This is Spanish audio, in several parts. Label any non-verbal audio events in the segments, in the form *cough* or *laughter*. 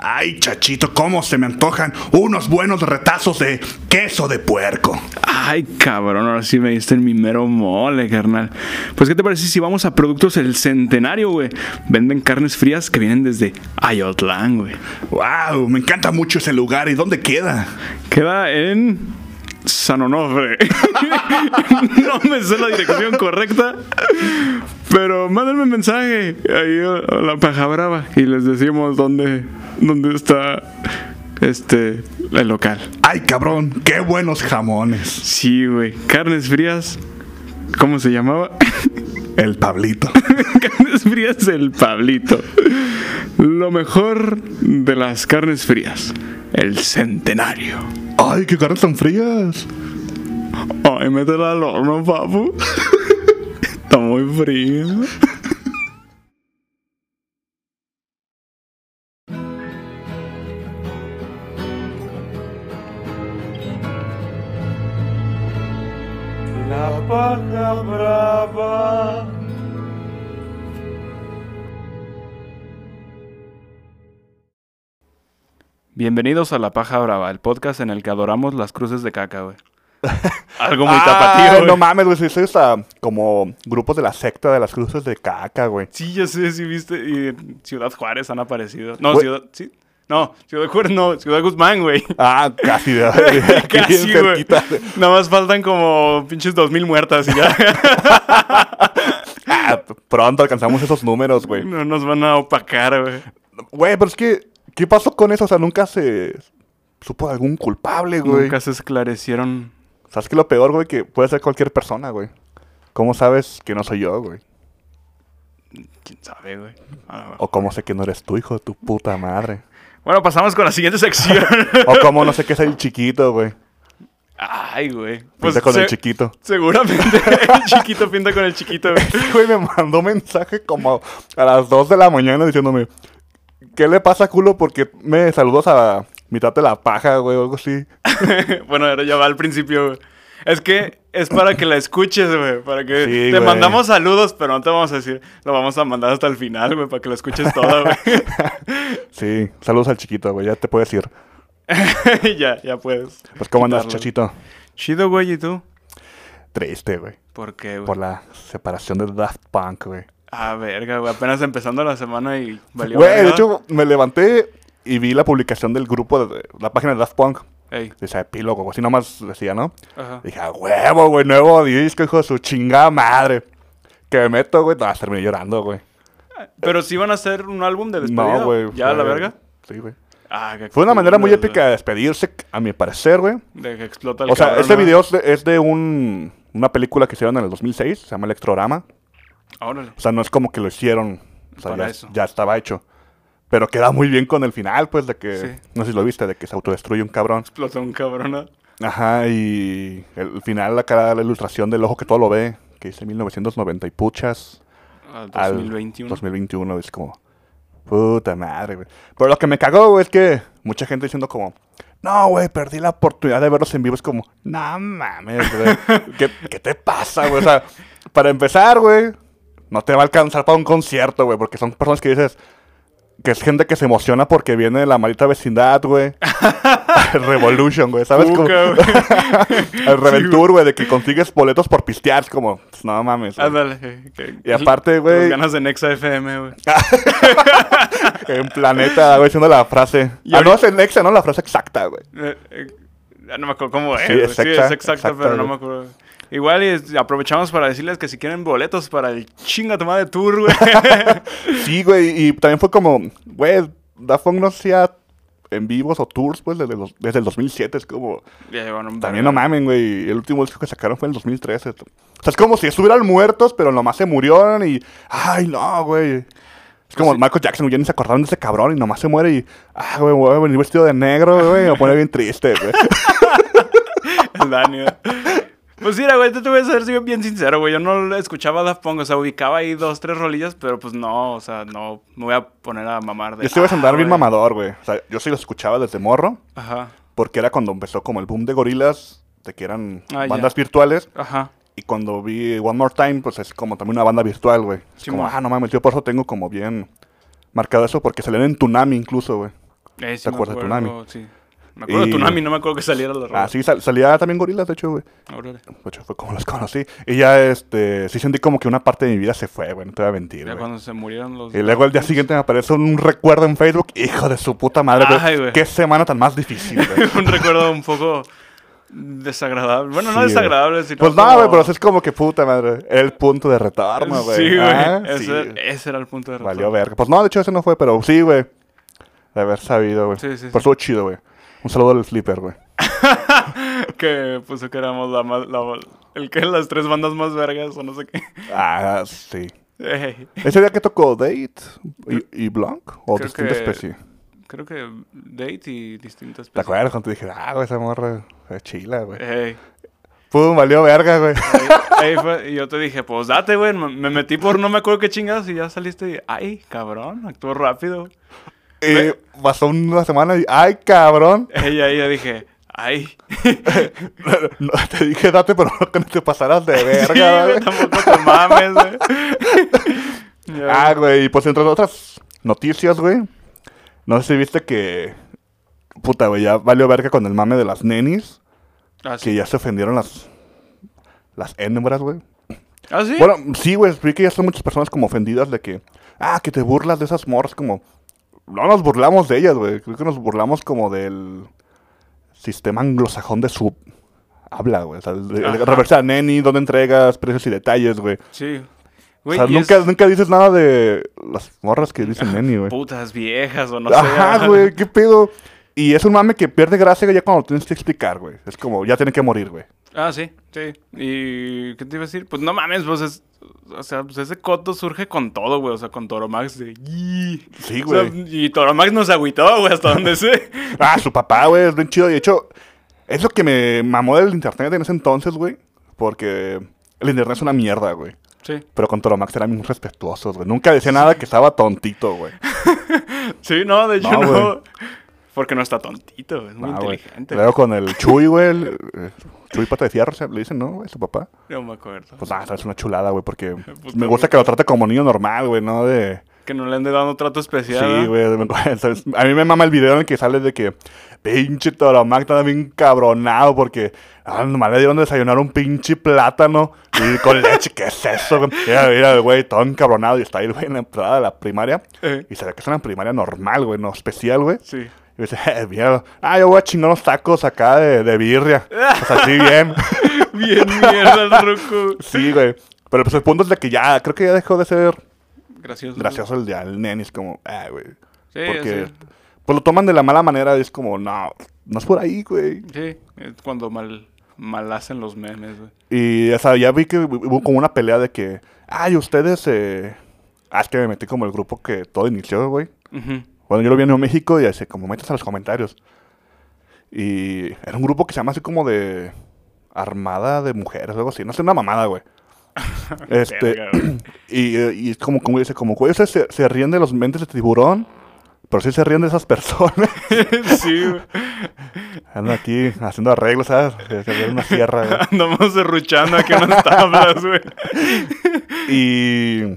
Ay, chachito, cómo se me antojan unos buenos retazos de queso de puerco. Ay, cabrón, ahora sí me diste en mi mero mole, carnal. Pues, ¿qué te parece si vamos a Productos El Centenario, güey? Venden carnes frías que vienen desde Ayotlán, güey. Wow, me encanta mucho ese lugar. ¿Y dónde queda? Queda en... San Onofre. *laughs* no me sé la dirección correcta, pero mándenme un mensaje ahí a la paja brava y les decimos dónde, dónde está este el local. Ay, cabrón, qué buenos jamones. Sí, güey. Carnes frías. ¿Cómo se llamaba? *laughs* El Pablito. *laughs* carnes frías el Pablito. Lo mejor de las carnes frías. El centenario. Ay, qué caras tan frías. Ay, métela al horno, papu. Está muy frío. La paja brava. Bienvenidos a La Paja Brava, el podcast en el que adoramos las cruces de caca, *laughs* güey. Algo muy tapatío, No güey. mames, güey. Eso es ah, como grupos de la secta de las cruces de caca, güey. Sí, ya sé, sí viste. Y en Ciudad Juárez han aparecido. No, Güey. Ciudad. Sí. No, Ciudad Juárez no, Ciudad *laughs* Guzmán, güey. Ah, casi. *laughs* de- bien Casi, güey. cerquita. Nada más faltan como pinches dos mil muertas y ya Ah, pronto alcanzamos esos números, *laughs* güey. no nos van a opacar, güey. Güey, pero es que, ¿qué pasó con eso? O sea, nunca se supo de algún culpable, güey. Nunca se esclarecieron. ¿Sabes qué es lo peor, güey? Que puede ser cualquier persona, güey. ¿Cómo sabes que no soy yo, güey? ¿Quién sabe, güey? A lo mejor. O cómo sé que no eres tú, hijo de tu puta madre. Bueno, pasamos con la *laughs* siguiente sección. O cómo no sé qué es el chiquito, *laughs* güey. Ay, güey. Pinta con el Pues se- chiquito. *laughs* Seguramente *laughs* el chiquito pinta con el chiquito, güey. Güey, me mandó mensaje como a las 2 de la mañana diciéndome, ¿qué le pasa, culo? Porque me saludas a mitad de la paja, güey, o algo así. *laughs* bueno, ahora ya va al principio, güey. Es que es para que la escuches, güey. Para que Sí, te güey. mandamos saludos, pero no te vamos a decir. Lo vamos a mandar hasta el final, güey, *laughs* para que la escuches *laughs* toda, güey. Sí, saludos al chiquito, güey, ya te puedes ir. ya, ya puedes. Pues, ¿cómo andas, quitarlo. chachito? Chido, güey, ¿y tú? Triste, güey. ¿Por qué, güey? Por la separación de Daft Punk, güey. Ah, verga, güey. Apenas empezando la semana y valió. Güey, de verga. hecho, me levanté y vi la publicación del grupo, de, de- la página de Daft Punk. Ey, Dice epílogo, o así nomás decía, ¿no? ajá. Dije, a huevo, güey, nuevo disco, hijo de su chingada madre. Que me meto, güey, nada, terminé llorando, güey. Pero si van a hacer un álbum de despedida. No, güey. ¿Ya, fue- la verga? Sí, güey. Ah, qué Fue una manera culo, muy güey. épica de despedirse, a mi parecer, güey. De que explota el O sea, cabrón, este ¿no? video es de, es de un, una película que hicieron en el 2006, se llama Electrorama. Órale. O sea, no es como que lo hicieron, o sea, Para ya, eso. ya estaba hecho. Pero queda muy bien con el final, pues, de que, Sí. no sé si lo viste, de que se autodestruye un cabrón. Explotó un cabrón. ¿no? Ajá, y el, el final, la cara, la ilustración del ojo que todo lo ve, que dice 1990 y puchas. Al al 2021. 2021 es como puta madre, güey. Pero lo que me cagó güey, es que mucha gente diciendo como no, güey, perdí la oportunidad de verlos en vivo. Es como, no mames, güey. *laughs* ¿Qué, qué te pasa, güey? O sea, para empezar, güey, no te va a alcanzar para un concierto, güey, porque son personas que dices que es gente que se emociona porque viene de la maldita vecindad, güey. Revolution, güey, ¿sabes? Como, Cuca, *laughs* güey. el Reventur, güey, de que consigues boletos por pistear. Es como, no mames. güey. Ándale. que- Y aparte, güey- Los ganas de Nexa FM, güey. *laughs* En planeta, güey, siendo la frase. Y Ah, no, ahorita- es en Exa, ¿no? La frase exacta, güey. Eh, eh, ya no me acuerdo cómo es. Sí, güey. es exacta, es exacta, exacta, pero no güey. me acuerdo. Igual y es- aprovechamos para decirles que si quieren boletos para el chinga tomada de *laughs* tour, güey. Sí, güey, y también fue como, güey, Daft Punk no hacía en vivos o tours, pues, desde, los- desde el 2007. Es como, Ya llevan un- también no mamen, güey. El último disco que sacaron fue en el 2013. O sea, es como si estuvieran muertos, pero nomás se murieron y, ay, no, güey. Es como Pues Michael Jackson, güey, ya ni se acordaron de ese cabrón y nomás se muere y, ah, güey, voy a venir vestido de negro, güey, me pone bien triste, *laughs* güey. El Dani, güey. Pues mira, güey, yo te voy a ser bien- bien sincero, güey. Yo no escuchaba Daft Punk, o sea, ubicaba ahí dos, tres rolillas, pero pues no, o sea, no me voy a poner a mamar de. Yo sí voy a andar "Ah, bien güey". mamador, güey. O sea, yo sí lo escuchaba desde morro. Ajá, porque era cuando empezó como el boom de gorilas, de que eran Ah, ya. bandas virtuales. ajá. Y cuando vi One More Time, pues es como también una banda virtual, güey. Es como, Simón. ah, no mames, yo por eso tengo como bien marcado eso, porque salían en Tsunami incluso, güey. Eh, sí ¿Te me acuerdas de acuerdo, Tsunami? Sí. Me acuerdo de Y- Tunami, no me acuerdo que saliera la rola. Ah, sí, sal- salía también gorilas, de hecho, güey. Órale. De hecho, fue como los conocí. Y ya, este, sí sentí como que una parte de mi vida se fue, güey, no te voy a mentir, Ya güey. cuando se murieron los. Y luego al día siguiente me aparece un recuerdo en Facebook. Hijo de su puta madre, güey. Ay, güey. Qué semana tan más difícil, güey. *laughs* un recuerdo un poco desagradable. Bueno, no Sí, desagradable, güey. sino. Pues no, como- güey, pero sí es como que puta madre. El punto de retorno, güey. Sí, güey. Ah, ese, sí. ese era el punto de Valió verga. Pues no, de hecho ese no fue, pero sí, güey. De haber sabido, güey. Sí, sí, sí. Pero estuvo chido, güey. Un saludo al Flipper, güey. *laughs* Que puso que éramos la más. la- el que las tres bandas más vergas o no sé qué. *laughs* Ah, sí. Ey, Ese día que tocó Date y, y Blanc o Creo Distinta que- Especie. creo que date y distintas ¿Te acuerdas cuando te dije, ah, güey, esa morra es chila, güey? Ey, Pum, valió verga, güey. ey, fue- y yo te dije, pues date, güey. Me me metí por no me acuerdo qué chingados y ya saliste y. Ay, cabrón, actuó rápido. Eh. Y pasó una semana y, ay, cabrón. *laughs* Ey, ahí yo dije, ay. No, te dije, date, pero *laughs* no que no te pasaras de *laughs* *laughs* Sí, verga, güey, güey. tampoco te *laughs* mames, güey. Ya, Ah, güey, y pues entre otras noticias, güey. No sé si viste que. Puta, güey, ya valió verga con el mame de las nenis. ¿Ah, Que sí? ya se ofendieron las. Las hembras, güey. ¿Ah, sí? Bueno, sí, güey, vi que ya son muchas personas como ofendidas de que. Ah, que te burlas de esas morras, como. No nos burlamos de ellas, güey. Creo que nos burlamos como del. Sistema anglosajón de su. Habla, güey. O sea, el- el- Ajá. reversa neni, dónde entregas, precios y detalles, güey. Sí. O Güey, sea, y nunca, es nunca dices nada de las morras que dicen neni, güey. Putas viejas o no sé. Ajá, *laughs* güey, qué pedo. Y es un mame que pierde gracia güey, ya cuando lo tienes que explicar, güey. Es como, ya tiene que morir, güey. Ah, sí, sí. ¿Y qué te iba a decir? Pues no mames, pues es... O sea, pues ese coto surge con todo, güey. O sea, con Toromax de... Sí, O sea, güey. y Toromax nos agüitó, güey, hasta *laughs* donde sé. Ah, su papá, güey, es bien chido. Y de hecho, es lo que me mamó del internet en ese entonces, güey. Porque el internet es una mierda, güey. Sí. Pero con Toromax eran muy respetuosos, güey. Nunca decía nada que estaba tontito, güey. Sí, no, de hecho No, no. güey. *laughs* Porque no está tontito, es *laughs* muy Ah, güey. inteligente. Luego con el Chuy, güey. el, eh, Chuy Pata de Fierro, o sea, le dicen, ¿no, güey? Su papá. No me acuerdo. Pues nada, es una chulada, güey, *laughs* porque Pues, me gusta también. que lo trate como niño normal, güey, ¿no? De... Que no le han dado trato especial. ah. Sí, ¿verdad? güey. me acuerdo, *laughs* ¿sabes? A mí me mama el video en el que sale de que pinche Toromac está bien cabronado porque ah, nomás le dieron de desayunar un pinche plátano y con leche. ¿Qué es eso? güey? Mira, mira, el güey, todo encabronado y está ahí, güey, en la entrada de la primaria. Eh. Y se ve que es una primaria normal, güey, no especial, güey. Sí. *laughs* Y dice, *laughs* eh, mira, ah, yo voy a chingar unos tacos acá de, de birria. Pues así bien. *laughs* Bien mierda el ruco. sí, güey. Pero pues el punto es de que ya, creo que ya dejó de ser Gracioso. gracioso el, ya, el nene. Es como, ah, güey. Sí, Porque sí. pues lo toman de la mala manera y es como, no, no es por ahí, güey. Sí, es cuando mal, mal hacen los memes, güey. Y o sea, ya vi que hubo como una pelea de que, ay, ustedes, eh... ah, es que me metí como el grupo que todo inició, güey. *laughs* Ujú. Bueno, yo lo vi en Nuevo México y así, como metas a los comentarios. Y era un grupo que se llama así como de Armada de Mujeres, algo así. No sé, una mamada, *laughs* güey. este, Verga, güey. *clears throat* y, eh, y es como, como dice, como, güey, ustedes se, se ríen de los mentes de tiburón, pero sí se ríen de esas personas. *laughs* sí, güey. Andan aquí haciendo arreglos, ¿sabes? Se- se abrió una sierra, güey. Andamos derruchando aquí unas tablas, güey. Y.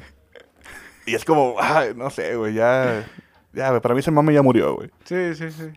Y es como, ay, no sé, güey, ya. Ya, güey, para mí ese mame ya murió, güey. *laughs* Sí, sí, sí.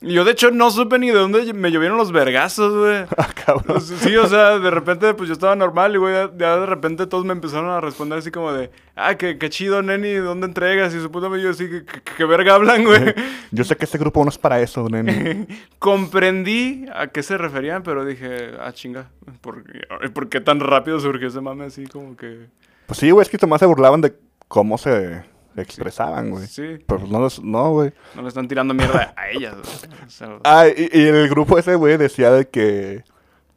Yo, de hecho, no supe ni de dónde me llovieron los vergazos, güey. Ah, cabrón. Pues, *laughs* Sí, o sea, de repente, pues yo estaba normal y, güey, ya, ya de repente todos me empezaron a responder así como de, ah, qué, qué chido, neni, ¿dónde entregas? Y su puta madre, yo así, "¿Qué- qué- qué verga hablan, güey? Yo sé que este grupo no es para eso, nene. *laughs* Comprendí a qué se referían, pero dije, ah, chinga, ¿por, qué- por qué tan rápido surgió ese mame así como que... Pues sí, güey, es que más se burlaban de cómo se expresaban, güey. Sí, Pero no, es- no, güey. no le están tirando mierda a ellas. güey. O sea, Ah, y, y el grupo ese, güey, decía de que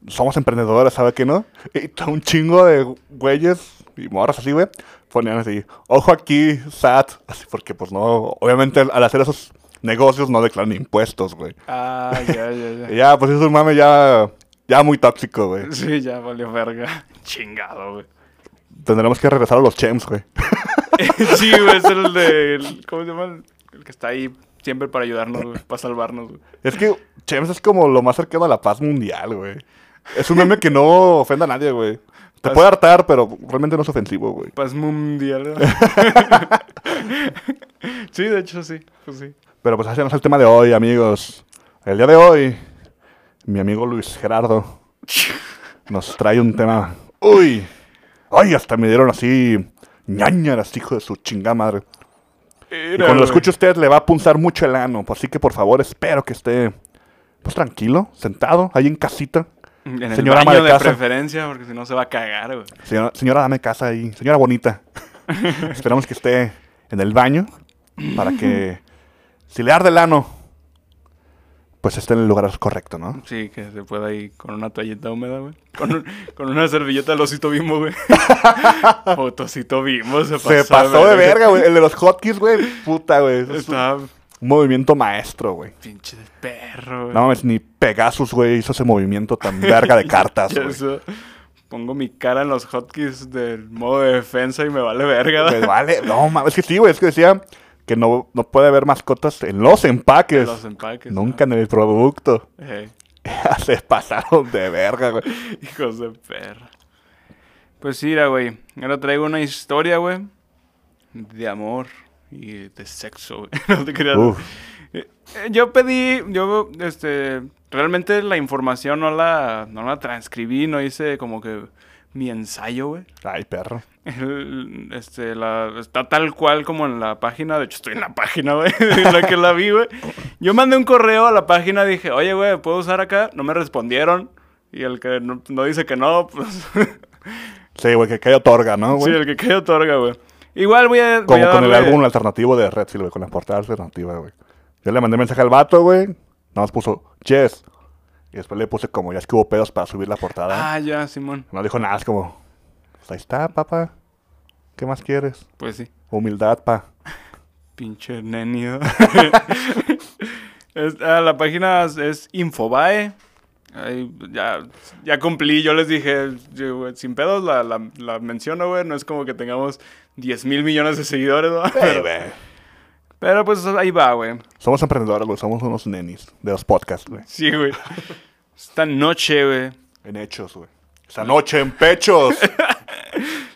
somos emprendedores, ¿sabe qué no? Y t- un chingo de güeyes y morras así, güey, ponían así, ojo aquí, SAT, así porque, pues no, obviamente al, al hacer esos negocios no declaran impuestos, güey. ah, ya, ya, Y *laughs* ya. ya, pues es un mame ya, ya muy tóxico, güey. Sí, ya valió verga. *laughs* Chingado, güey. Tendremos que regresar a los chems, güey. *laughs* sí, güey, es el de... el- ¿Cómo se llama? El que está ahí siempre para ayudarnos, güey, para salvarnos, güey. Es que chems es como lo más cercano a la paz mundial, güey. Es un meme que no ofenda a nadie, güey. Te Paz- puede hartar, pero realmente no es ofensivo, güey. Paz mundial. ¿verdad? *laughs* Sí, de hecho, sí. Pues sí. Pero pues ese no es el tema de hoy, amigos. El día de hoy, mi amigo Luis Gerardo nos trae un tema. ¡Uy! ¡Ay! Hasta me dieron así ñañaras, hijo de su chingada madre. Y cuando lo escuche usted, le va a punzar mucho el ano. Pues, Así que por favor, espero que esté pues tranquilo, sentado, ahí en casita. En el Señora ama baño de de, casa. preferencia, porque si no se va a cagar, güey. Señora, señora, dame casa ahí. Señora bonita. Esperamos que esté en el baño para que si le arde el ano, pues esté en el lugar correcto, ¿no? Sí, que se pueda ahí con una toallita húmeda, güey. Con, un- con una servilleta de osito bimbo, güey. *laughs* Fotocito bimbo, se pasó. Se pasó de verga, güey. El de *laughs* los hotkeys, güey. Puta, güey. Eso Es un Estaba movimiento maestro, güey. pinche de perro, güey. No mames, ni Pegasus, güey, hizo ese movimiento tan verga *laughs* de cartas, Ya güey. eso. Pongo mi cara en los hotkeys del modo de defensa y me vale verga, Pues *laughs* güey. vale, no mames, es que sí, güey. Es que decía que no, no puede haber mascotas en los empaques. ah. Los empaques. Nunca en el producto. *laughs* ¿no? Ey, Se pasaron de verga, güey. hijos de perra. Pues sí, mira, güey. Ahora traigo una historia, güey. De amor y de sexo, güey. *laughs* No te creas. Uf. Eh, eh, Yo pedí, yo, este, realmente la información no la, no la transcribí, no hice como que mi ensayo, güey. Ay, perro. El- Este, la, está tal cual como en la página, de hecho estoy en la página, güey, *laughs* en la que la vi, güey. Yo mandé un correo a la página, dije, oye, güey, ¿puedo usar acá? No me respondieron. Y el que no, no dice que no, pues... *laughs* Ah, Sí, güey, que, que otorga, ¿no, sí, güey? el que quede otorga, güey. Igual voy a... voy Como a con el darle- álbum alternativo de Red Seal, güey, con la portada alternativa, güey. Yo le mandé mensaje al vato, güey. Nada más puso, yes. Y después le puse como, ya es que hubo pedos para subir la portada. Ah, ya, Simón. No dijo nada, es como, pues ahí está, papá. ¿Qué más quieres? Pues sí. Humildad, pa. Pinche nenio. *laughs* Es- ah, la página es- es Infobae. Ahí ya, ya cumplí, yo les dije, yo, güey, sin pedos la, la, la menciono, güey. No es como que tengamos 10 mil millones de seguidores, ¿no? Ey, Pero, güey. pero, pues ahí va, güey. Somos emprendedores, güey. Somos unos nenis de los podcasts, güey. Sí, güey. Esta noche, güey, En hechos, güey. Esa noche en pechos.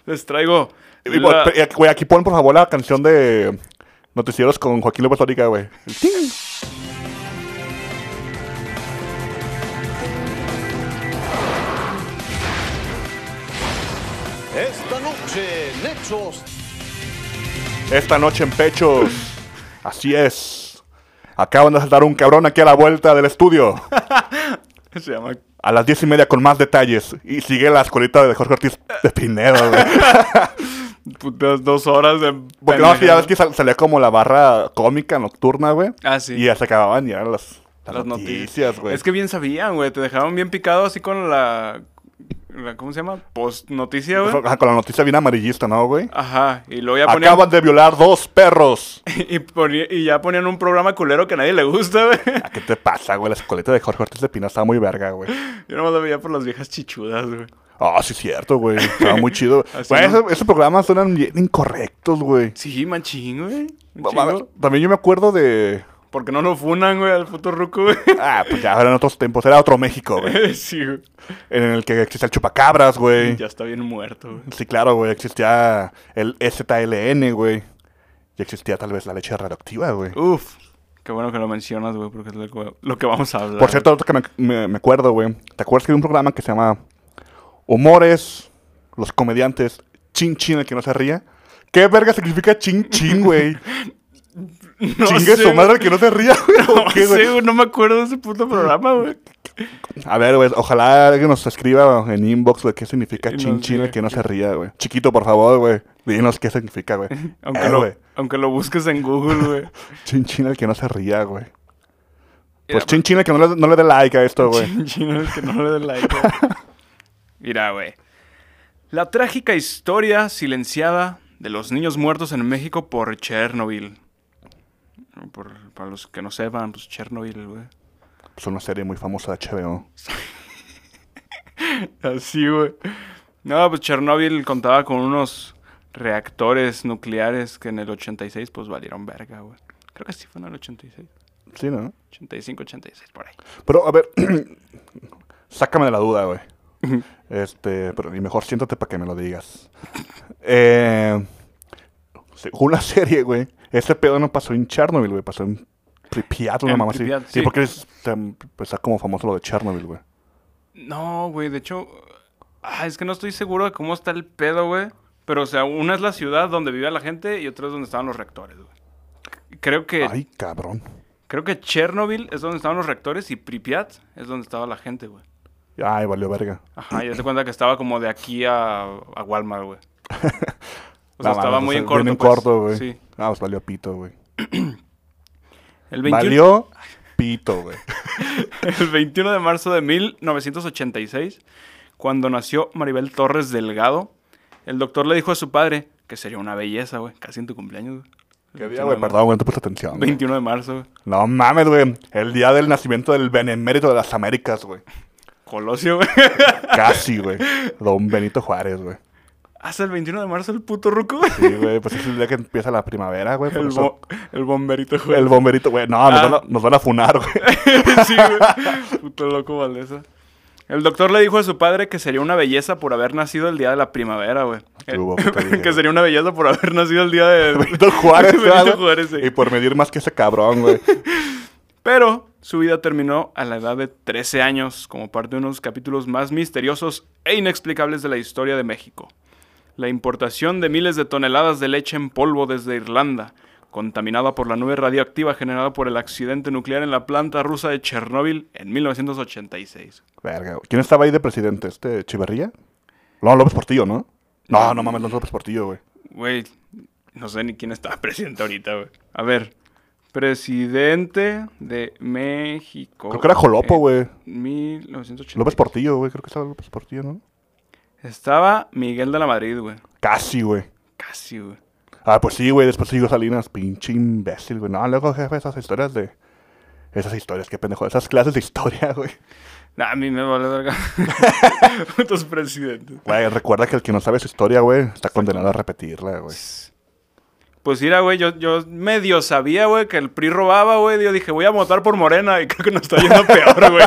les traigo. Y, la- Güey, aquí- aquí pon por favor la canción de Noticieros con Joaquín López Dóriga, güey. Esta noche, Nexos. Esta noche en pechos. Así es. Acaban de saltar un cabrón aquí a la vuelta del estudio. *laughs* Se llama. A las diez y media con más detalles. Y sigue la escuelita de Jorge Ortiz de Pinedo, güey. Putas dos horas de. Porque no, sí, ya ves que sal- salía como la barra cómica nocturna, güey. Ah, sí. Y ya se acababan y eran las, las las noticias, güey. Es que bien sabían, güey. Te dejaban bien picado así con la. la- ¿Cómo se llama? Post noticia, güey. Ajá, Con la noticia bien amarillista, ¿no, güey? Ajá. Y luego ya ponían. Acaban de violar dos perros. *laughs* Y, ponía- y ya ponían un programa culero que a nadie le *laughs* gusta, güey. ¿A Ah, qué te pasa, güey? La escuelita de Jorge Ortiz de Pinedo estaba muy verga, güey. Yo nomás lo veía por las viejas chichudas, güey. Ah, sí, cierto, güey. Estaba muy chido. *laughs* Así Güey, no. esos, esos programas eran bien incorrectos, güey. Sí, manchín, güey. Un No, mames, chingo. También yo me acuerdo de. Porque no lo funan, güey, al puto ruco, güey. Ah, pues ya eran otros tiempos. Era otro México, *laughs* güey. sí, güey. En el que existía el chupacabras, güey. Ya está bien muerto, güey. Sí, claro, güey. Existía el STLN, güey. Y existía tal vez la leche radioactiva, güey. Uf. Qué bueno que lo mencionas, güey, porque es lo que, lo que vamos a hablar. Por cierto, otro que me, me- me acuerdo, güey. ¿Te acuerdas que había un programa que se llama Humores, los comediantes, chin chin, el que no se ría? ¿Qué verga significa chin chin, güey? *laughs* *laughs* no Chingue sé, su güey. madre el que no se *laughs* ría, güey. ¿o No qué, güey? sé, güey, no me acuerdo de ese puto programa, güey. A ver, güey, ojalá alguien nos escriba en inbox, güey, qué significa Y nos chin chin, el diga que no se ría, güey. Chiquito, por favor, güey, dinos qué significa, güey. *laughs* Aunque, Eh, lo, güey, aunque lo busques en Google, güey. chin chin, el que no se ría, güey. Mira, *laughs* *laughs* Pues chin chin, el que no le, no le dé like a esto, güey. Chin, chin, es que no le den like. *laughs* güey. Mira, güey. La trágica historia silenciada de los niños muertos en México por Chernobyl. Por- para los que no sepan, pues Chernobyl, güey. *laughs* Es una serie muy famosa de HBO. Así, güey. No, pues Chernobyl contaba con unos reactores nucleares que en el 86 pues valieron verga, güey. Creo que sí fue en el 86. Sí, ¿no? 85, 86, por ahí. Pero, a ver, *clears throat* sácame de la duda, güey. *laughs* Este, pero y mejor siéntate para que me lo digas. Eh, según la *laughs* serie, güey, ese pedo no pasó en Chernobyl, güey, pasó en Pripyat, una En mamá así. Pripyat, Sí, sí. porque es, tam- pues, está como famoso lo de Chernobyl, güey. No, güey, de hecho, ah, es que no estoy seguro de cómo está el pedo, güey. Pero, o sea, una es la ciudad donde vivía la gente y otra es donde estaban los rectores, güey. Creo que, Ay, cabrón. creo que Chernobyl es donde estaban los rectores y Pripyat es donde estaba la gente, güey. Ay, valió verga. Ajá, ya te cuenta que estaba como de aquí a, a Walmart, *laughs* güey. O sea, No mames, estaba muy en corto. bien en pues. corto, güey. Sí. Ah, pues valió pito, güey. El 21, *laughs* Valió pito, güey. el 21 de marzo de 1986, cuando nació Maribel Torres Delgado, el doctor le dijo a su padre que sería una belleza, güey. Casi en tu cumpleaños, güey. ¿Qué 21 día, de güey? marzo. Perdón, güey, no te puse atención. güey. 21 de marzo, güey. No mames, güey. El día del nacimiento del benemérito de las Américas, güey. Colosio, güey. *laughs* Casi, güey. Don Benito Juárez, güey. Hasta el 21 de marzo el puto ruco, güey. Sí, güey, pues es el día que empieza la primavera, güey. por El, eso- bo- el bomberito, güey. *laughs* el bomberito, güey. No, nos, Ah. van a, nos van a funar, güey. *laughs* sí, güey. Puto loco Valdeza. El doctor le dijo a su padre que sería una belleza por haber nacido el día de la primavera, güey. ¿Qué *laughs* hubo? ¿Qué te dije, que güey? sería una belleza por haber nacido el día de *laughs* Benito Juárez, *laughs* Benito ¿verdad? Juárez, sí. Y por medir más que ese cabrón, güey. Pero su vida terminó a la edad de 13 años, como parte de unos capítulos más misteriosos e inexplicables de la historia de México. La importación de miles de toneladas de leche en polvo desde Irlanda, contaminada por la nube radioactiva generada por el accidente nuclear en la planta rusa de Chernóbil en 1986. Verga, güey. ¿Quién estaba ahí de presidente? ¿Este Echeverría? No, López Portillo, ¿no? No, no mames, no es López Portillo, güey. Güey, no sé ni quién está *laughs* presidente ahorita, güey. A ver, presidente de México. Creo que era Jolopo, en güey. 1986. López Portillo, güey. Creo que estaba López Portillo, ¿no? Estaba Miguel de la Madrid, güey. Casi, güey. Casi, güey. Ah, pues sí, güey. Después siguió Salinas, pinche imbécil, güey. No, luego, jefe, esas historias de. Esas historias, qué pendejo. Esas clases de historia, *laughs* güey. Nah, a mí me vale verga. Putos presidentes. Güey, recuerda que el que no sabe su historia, güey, está condenado a repetirla, güey. Pues mira, güey, yo, yo medio sabía, güey, que el PRI robaba, güey. Yo dije, voy a votar por Morena y creo que nos está yendo peor, güey.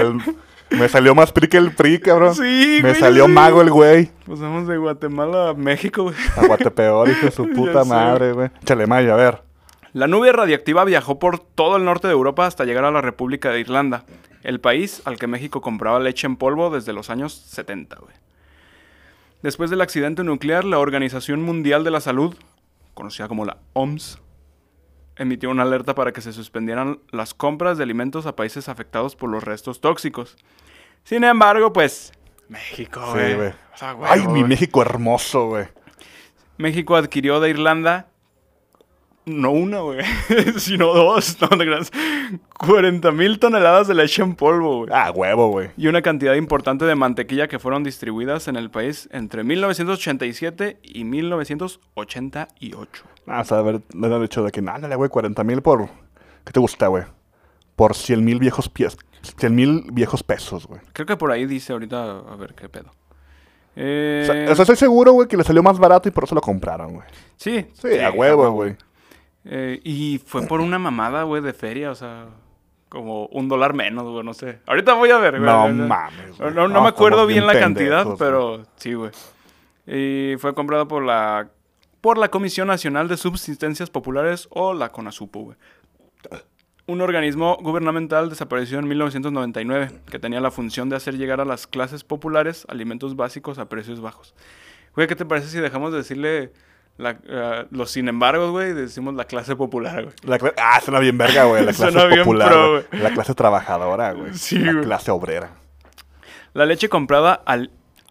El- me salió más PRI que el PRI, cabrón. Sí, Me güey, salió sí. mago el güey. Pues vamos de Guatemala a México, güey. A Guatepeor, hijo de su *laughs* Ya puta sé. madre, güey. Chale, Maya, a ver. La nube radiactiva viajó por todo el norte de Europa hasta llegar a la República de Irlanda, el país al que México compraba leche en polvo desde los años 70. güey. Después del accidente nuclear, la Organización Mundial de la Salud, conocida como la OMS, emitió una alerta para que se suspendieran las compras de alimentos a países afectados por los restos tóxicos. Sin embargo, pues... México, güey. Sí, güey. O sea, güey, Ay, mi güey. México hermoso, güey. México adquirió de Irlanda, no una, güey, *laughs* sino dos, no te creas, 40 mil toneladas de leche en polvo, güey. Ah, huevo, güey. Y una cantidad importante de mantequilla que fueron distribuidas en el país entre 1987 y 1988. Ah, o sea, a ver, le han dicho de que, ándale, güey, 40 mil por... ¿Qué te gusta, güey? Por 100 mil viejos pies... 100 mil viejos pesos, güey. Creo que por ahí dice ahorita, a ver qué pedo. O Eh, sea, o sea, estoy seguro, güey, que le salió más barato y por eso lo compraron, güey. sí, Sí, a huevo, güey. Eh, y fue por una mamada, güey, de feria, o sea, como un dólar menos, güey, no sé. Ahorita voy a ver, güey. No O sea, mames, No, güey. no No, me acuerdo estamos bien bien la cantidad, pendejos, pero sí, güey. Y fue comprado por la por la Comisión Nacional de Subsistencias Populares o la CONASUPO, güey. Un organismo gubernamental desapareció en 1999 que tenía la función de hacer llegar a las clases populares alimentos básicos a precios bajos. Güey, ¿qué te parece si dejamos de decirle la- eh, los sin embargos, güey, y decimos la clase popular, güey? La cla- ah, suena bien verga, güey. La clase *laughs* Suena bien popular, pro, güey. güey. La clase trabajadora, güey. Sí, La güey. clase obrera. La leche comprada al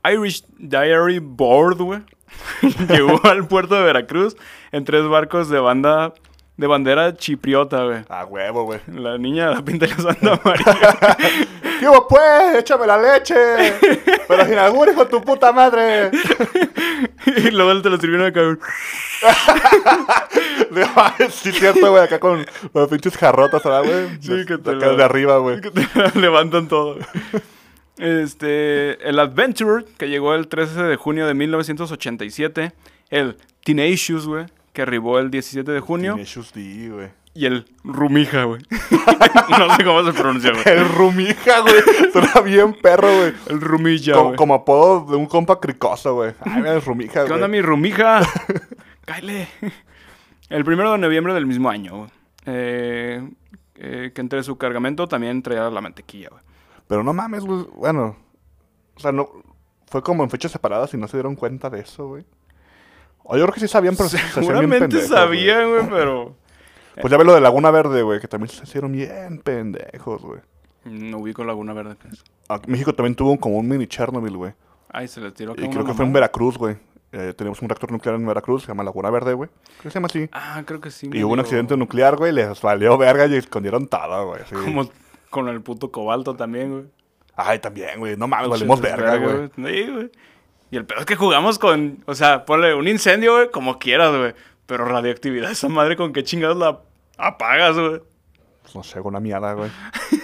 Irish Diary Board, güey, *laughs* llegó al puerto de Veracruz en tres barcos de banda de bandera chipriota, güey. A huevo, güey. *laughs* La niña de la pinta de Santa María. ¿Qué hubo, pues? Échame la leche. Pero sin albur, hijo de tu puta madre. *laughs* *laughs* y luego te lo sirvieron acá, güey. No, *laughs* sí, cierto, güey. Acá con los pinches jarrotas, ¿verdad, güey? Sí, que te Acá la- de arriba, güey. *laughs* que te levantan todo. Este, el Adventure, que llegó el 13 de junio de 1987. El Teenageous, güey, que arribó el 17 de junio. Tiene shoes D, güey. *laughs* Y el Rumija, güey. *laughs* no sé cómo se pronuncia, güey. El rumija, güey. Suena bien perro, güey. El Rumija, Como, güey. como apodo de un compa cricoso, güey. Ay, mira, el rumija, *laughs* ¿Qué onda, güey. mi Rumija? cáele. El primero de noviembre del mismo año, güey. Eh, eh, que entre su cargamento también traía la mantequilla, güey. Pero no mames, güey. Bueno, o sea, no. Fue como en fechas separadas y no se dieron cuenta de eso, güey. O yo creo que sí sabían, pero se- se hacían bien Seguramente pendejos, sabían, güey, pero güey. Pues ya ve lo de Laguna Verde, güey, que también se hicieron bien pendejos, güey. no ubico Laguna Verde. ¿qué es? Ah, México también tuvo como un mini Chernobyl, güey. Ay, se le tiró acá Y creo una que fue en mamada. Veracruz, güey. Eh, tenemos un reactor nuclear en Veracruz, se llama Laguna Verde, güey. Creo que se llama así. Ah, creo que sí. Y medio- hubo un accidente nuclear, güey, les valió verga y escondieron todo, güey. sí. Como con el puto cobalto también, güey. Ay, también, güey. No Ah, mames, valimos verga, güey. Sí, güey. Y el peor es que jugamos con. O sea, ponle un incendio, güey, como quieras, güey. Pero radioactividad, esa madre, ¿con qué chingados la apagas, güey? Pues no sé, una mierda, güey.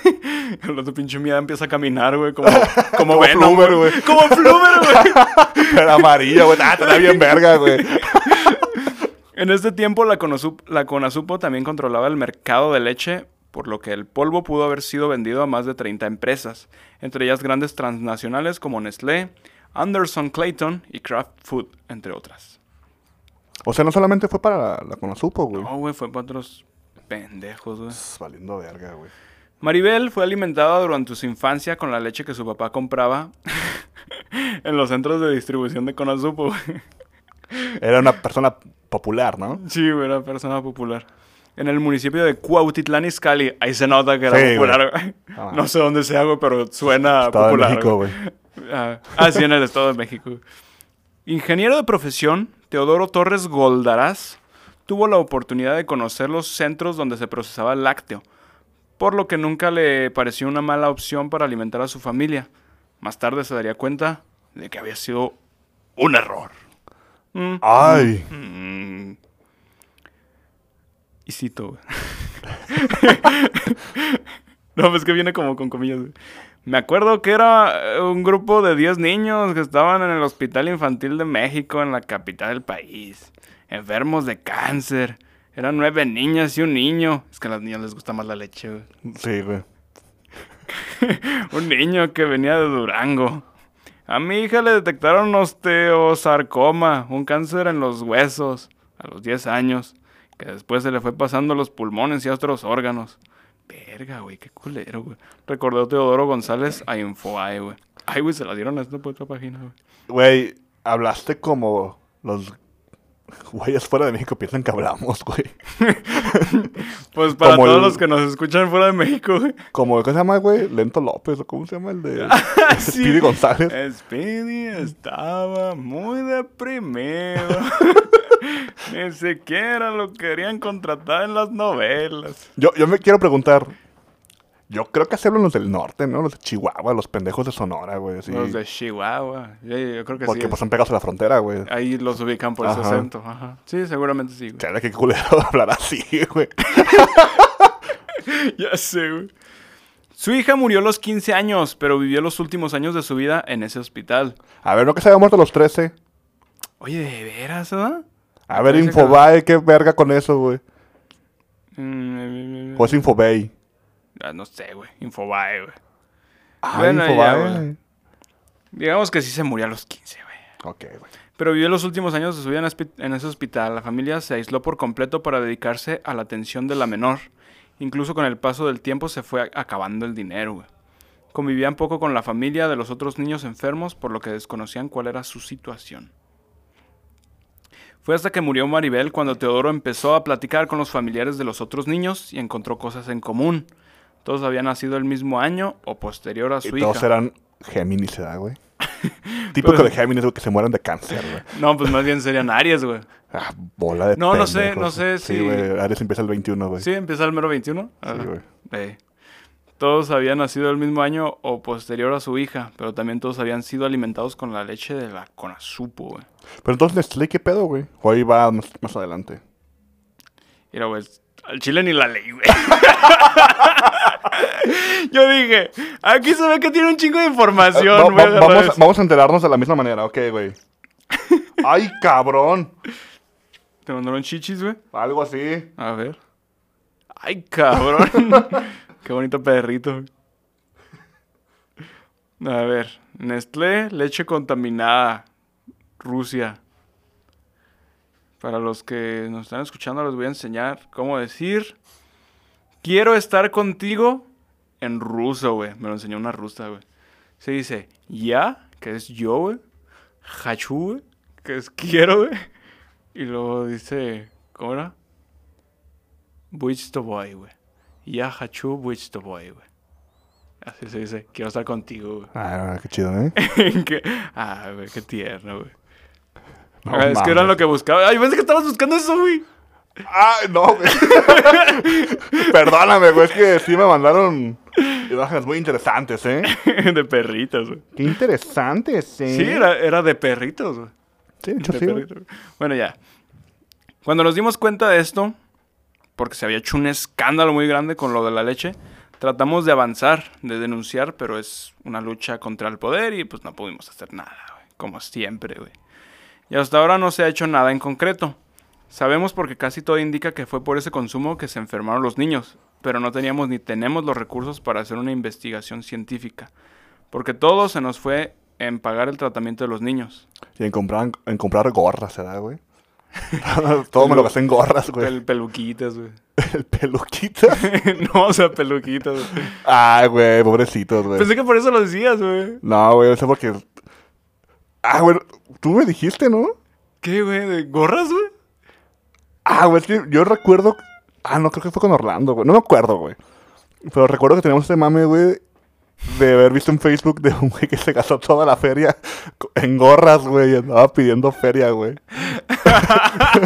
*laughs* El otro pinche mierda empieza a caminar, güey, como, como, Como Venom, Flubber, güey. güey. Como Flubber, güey. Era amarillo, güey. Ah, te da bien verga, güey. En este tiempo, la, Conosup- la Conasupo también controlaba el mercado de leche, por lo que el polvo pudo haber sido vendido a más de 30 empresas, entre ellas grandes transnacionales como Nestlé, Anderson Clayton y Kraft Food, entre otras. O sea, no solamente fue para la, la Conasupo, güey. No, güey, fue para otros pendejos, güey. Pss, Valiendo verga, güey. Maribel fue alimentada durante su infancia con la leche que su papá compraba *laughs* en los centros de distribución de Conasupo, güey. Era una persona popular, ¿no? Sí, güey, era persona popular. En el municipio de Cuautitlán Izcalli, ahí se nota que era Sí, güey. popular, güey. Ah. No sé dónde sea, güey, pero suena Estado de popular. México, güey. Ah, ah, sí, en el Estado de México. Ingeniero de profesión, Teodoro Torres Goldaraz tuvo la oportunidad de conocer los centros donde se procesaba el lácteo, por lo que nunca le pareció una mala opción para alimentar a su familia. Más tarde se daría cuenta de que había sido un error. Mm. Ay. Mm. Y cito, güey. *laughs* No, pues que viene como con comillas. güey. Me acuerdo que era eh, un grupo de 10 niños que estaban en el Hospital Infantil de México, en la capital del país, enfermos de cáncer. Eran nueve niñas y un niño. Es que a las niñas les gusta más la leche, güey. Sí, güey. Un niño que venía de Durango. A mi hija le detectaron osteosarcoma, un cáncer en los huesos, a los 10 años, que después se le fue pasando a los pulmones y a otros órganos. Verga, güey, qué culero, güey. Recordó Teodoro González a InfoAe, güey. Ay, güey, se la dieron a esta otra página, güey. Güey, hablaste como los güeyes fuera de México piensan que hablamos, güey. Pues para Como todos el- los que nos escuchan fuera de México, *laughs* güey. *laughs* Como, ¿qué se llama, güey? Lento López, o ¿cómo se llama el de Ah, Sí. Eh. Speedy González? Speedy estaba muy *laughs* deprimido. Ni siquiera lo querían contratar en las novelas. Yo, yo me quiero preguntar. Yo creo que hacerlo los del norte, ¿no? Los de Chihuahua, los pendejos de Sonora, güey. así. Los de Chihuahua. Yo, yo creo que Porque sí. pues son pegados a la frontera, güey. Ahí los ubican por ese Ajá. acento. Ajá. Sí, seguramente sí. güey. Chale, qué culero *laughs* hablar así, güey. *laughs* ya sé, güey. Su hija murió a los 15 años, pero vivió los últimos años de su vida en ese hospital. A ver, ¿no que se había muerto a los 13? Oye, ¿de veras, ah? A ver, Parece que- Infobae, qué verga con eso, güey. Mm, O es Infobay. ah, no sé, güey. Infobae, güey. Ah, Bueno, ya, Infobae. Digamos que sí se murió a los 15, güey. Ok, güey. Pero vivió los últimos años de su vida en, hospi- en ese hospital. La familia se aisló por completo para dedicarse a la atención de la menor. Incluso con el paso del tiempo se fue a- acabando el dinero, güey. Convivían poco con la familia de los otros niños enfermos, por lo que desconocían cuál era su situación. Fue hasta que murió Maribel cuando Teodoro empezó a platicar con los familiares de los otros niños y encontró cosas en común. Todos habían nacido el mismo año o posterior a Y su todos hija. Pues, eran Géminis, ¿verdad, *laughs* güey? Típico de Géminis, güey, que se mueren de cáncer, güey. No, pues más bien serían Aries, güey. Ah, bola de No, no sé, pendejos. no sé si- Sí, güey, Aries empieza el 21, güey. Sí, empieza el mero 21. Ah, güey. eh. Todos habían nacido el mismo año o posterior a su hija, pero también todos habían sido alimentados con la leche de la Conasupo, güey. Pero entonces, Nestlé, ¿qué pedo, güey? O ahí va más, más adelante. Mira, güey, al chile ni la ley, güey. *laughs* Yo dije, aquí se ve que tiene un chingo de Va- Ah, va- información, güey. vamos, a- vamos a enterarnos de la misma manera, ok, *laughs* güey. Ay, cabrón. Te mandaron chichis, güey. Algo así. A ver. Ay, cabrón. *laughs* Qué bonito perrito. A ver. Nestlé, leche contaminada. Rusia. Para los que nos están escuchando, les voy a enseñar cómo decir. Quiero estar contigo en ruso, güey. Me lo enseñó una rusa, güey. Se dice ya, que es yo, güey. Hachu, güey, que es quiero, güey. Y luego dice, ¿cómo era? Buich to boy, güey. Ya, hachu, buich to boy, güey. Así se dice, quiero estar contigo, güey. *laughs* Ah, qué chido, ¿eh? Que- Ah, güey, qué tierno, güey. No Ah, es que era mames. lo que buscaba. Ay, pensé que estabas buscando eso, güey. *laughs* Ay, no, güey. Perdóname, güey. Es que sí me mandaron imágenes muy interesantes, ¿eh? de perritos, güey. Qué interesantes, ¿eh? Sí, era, era de perritos, güey. Sí, de hecho De sí, güey. perrito, güey. Bueno, ya. Cuando nos dimos cuenta de esto, porque se había hecho un escándalo muy grande con lo de la leche, tratamos de avanzar, de denunciar, pero es una lucha contra el poder y pues no pudimos hacer nada, güey. Como siempre, güey. Y hasta ahora no se ha hecho nada en concreto. Sabemos porque casi todo indica que fue por ese consumo que se enfermaron los niños, pero no teníamos ni tenemos los recursos para hacer una investigación científica, porque todo se nos fue en pagar el tratamiento de los niños. Y en comprar, en comprar gorras, ¿verdad, güey? *laughs* Todo me lo gasté en gorras, güey. Pel- peluquitas, güey. *laughs* El peluquita. *laughs* no, o sea, peluquitas, güey. Ay, güey, pobrecitos, güey. Pensé que por eso lo decías, güey. No, güey, eso porque. Ah, güey, tú me dijiste, ¿no? ¿Qué, güey? ¿De gorras, güey? Ah, güey, es que yo recuerdo. Ah, no, creo que fue con Orlando, güey. No me acuerdo, güey. Pero recuerdo que teníamos ese mame, güey, de haber visto en Facebook de un güey que se gastó toda la feria co- en gorras, güey, y andaba pidiendo feria, güey. *laughs*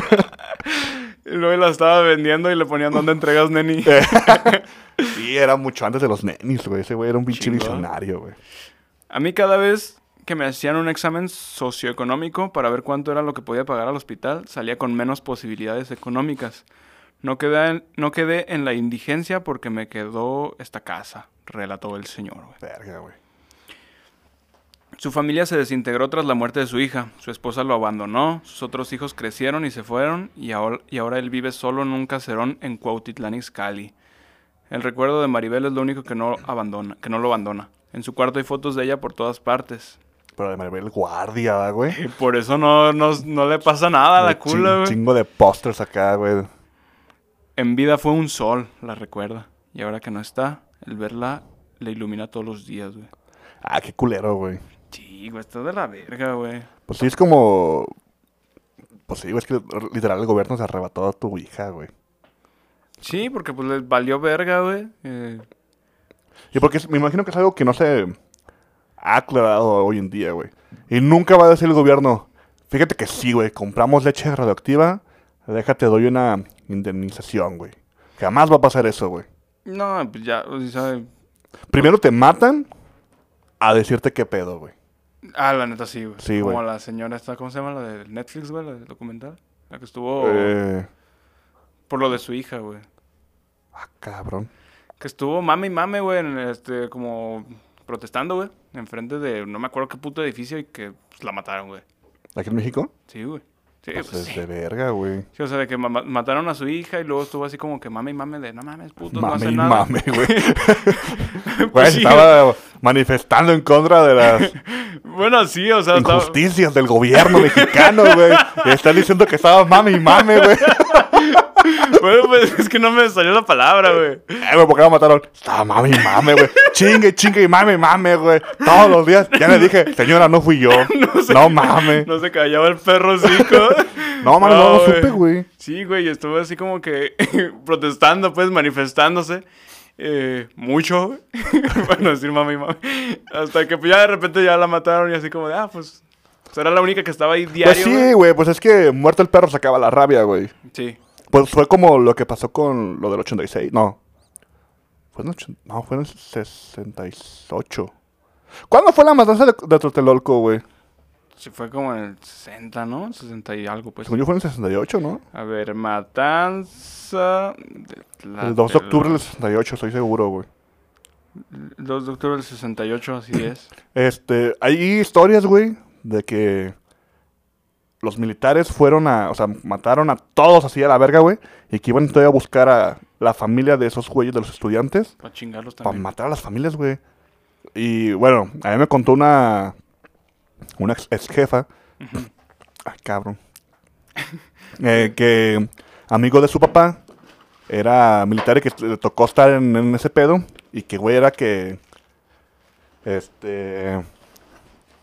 Y Luego la estaba vendiendo y le ponían dónde entregas, neni. Sí, era mucho antes de los nenis, güey. Ese güey era un pinche Chingón. visionario, güey. A mí cada vez que me hacían un examen socioeconómico para ver cuánto era lo que podía pagar al hospital, salía con menos posibilidades económicas. No quedé en, no quedé en la indigencia porque me quedó esta casa, relató el señor, güey. Verga, güey. Su familia se desintegró tras la muerte de su hija, su esposa lo abandonó, sus otros hijos crecieron y se fueron, y ahora, y ahora él vive solo en un caserón en Cuautitlán Izcalli. El recuerdo de Maribel es lo único que no, abandona, que no lo abandona. En su cuarto hay fotos de ella por todas partes. Pero de Maribel Guardia, ¿verdad, güey. Y por eso no, no, no le pasa nada a la Chin- cula, güey. chingo de pósters acá, güey. En vida fue un sol, la recuerda. Y ahora que no está, el verla le ilumina todos los días, güey. Ah, qué culero, güey. Sí, güey, está de la verga, güey. Pues sí, es como. Pues sí, güey, es que literal el gobierno se arrebató a tu hija, güey. Sí, porque pues les valió verga, güey. Eh, Y porque es- me imagino que es algo que no se ha aclarado hoy en día, güey. Y nunca va a decir el gobierno, fíjate que sí, güey, compramos leche radioactiva, déjate, doy una indemnización, güey. Jamás va a pasar eso, güey. No, pues ya, o sea, Primero te matan a decirte qué pedo, güey. ah, la neta sí, güey. Sí, Como güey. la señora esta, ¿cómo se llama? La de Netflix, güey, la del documental. La que estuvo Eh, por lo de su hija, güey. ah, cabrón. Que estuvo mame y mame, güey, en este, como protestando, güey. Enfrente de, no me acuerdo qué puto edificio y que pues, la mataron, güey. ¿Aquí en México? Sí, güey. Sí, Pues pues, es sí. de verga, güey. Sí, o sea, de que ma- ma- mataron a su hija y luego estuvo así como que mame y mame de, no mames, puto, no Mame hacen y nada. mame, güey. *laughs* Pues Güey, sí, estaba manifestando en contra de las Bueno, sí, o sea, estaba- injusticias del gobierno mexicano, güey. Y Están diciendo que estaba mame y mame, *laughs* güey. *laughs* Bueno, pues es que no me salió la palabra, güey. Eh, güey, ¿por qué lo mataron? Estaba mame y mame, güey. Chingue, chingue y mame, y mame, güey. Todos los días. Ya le dije, señora, no fui yo. *laughs* No, mame. No, No se callaba el perro cico. mame, *laughs* no, lo supe, güey. Sí, güey, estuvo así como que *laughs* protestando, pues, manifestándose. eh, mucho, *laughs* güey. bueno, decir mami, mami. Hasta que pues, ya de repente ya la mataron y así como de, ah, pues, será la única que estaba ahí Pues diario. sí, güey. Pues es que muerto el perro se acaba la rabia, güey. güey. Sí. Pues fue como lo que pasó con lo del 86. No. Fue en, ocho- no, fue en el 68. ¿Cuándo fue la matanza de, de Totelolco, güey? Sí, fue como en el 60, ¿no? 60 y algo, pues. Según yo fue en el 68, ¿no? A ver, matanza. de El 2 de Tlatelolco. octubre del 68, estoy seguro, güey. El 2 de octubre del 68, así *clears throat* es. Este, hay historias, güey, de que los militares fueron a, o sea, mataron a todos así a la verga, güey, y que iban todavía a buscar a la familia de esos güeyes de los estudiantes Para chingarlos para también. matar a las familias, güey. Y bueno, a mí me contó una una ex, ex jefa. Ay, cabrón. *laughs* eh, que amigo de su papá era militar y que le tocó estar en, en ese pedo y que güey era que este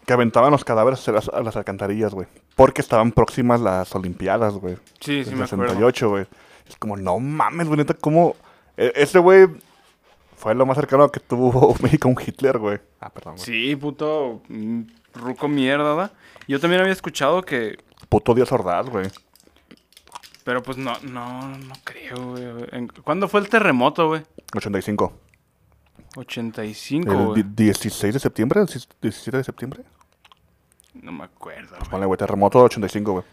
que aventaban los cadáveres a las, a las alcantarillas, güey, porque estaban próximas las olimpiadas, güey. Sí, sí del me acuerdo. 68, güey. Es como no mames, güey, neta cómo e- ese güey fue lo más cercano que tuvo *laughs* México a un Hitler, güey. Ah, perdón, güey. Sí, puto mm, ruco mierda, ¿da? Yo también había escuchado que... Puto Dios Ordaz, güey. Pero pues no, no, no creo, güey. En- ¿Cuándo fue el terremoto, güey? 85. 85, El güey. Pues di- 16 de septiembre, 17 de septiembre. No me acuerdo, güey. Vale, güey, terremoto 85, güey.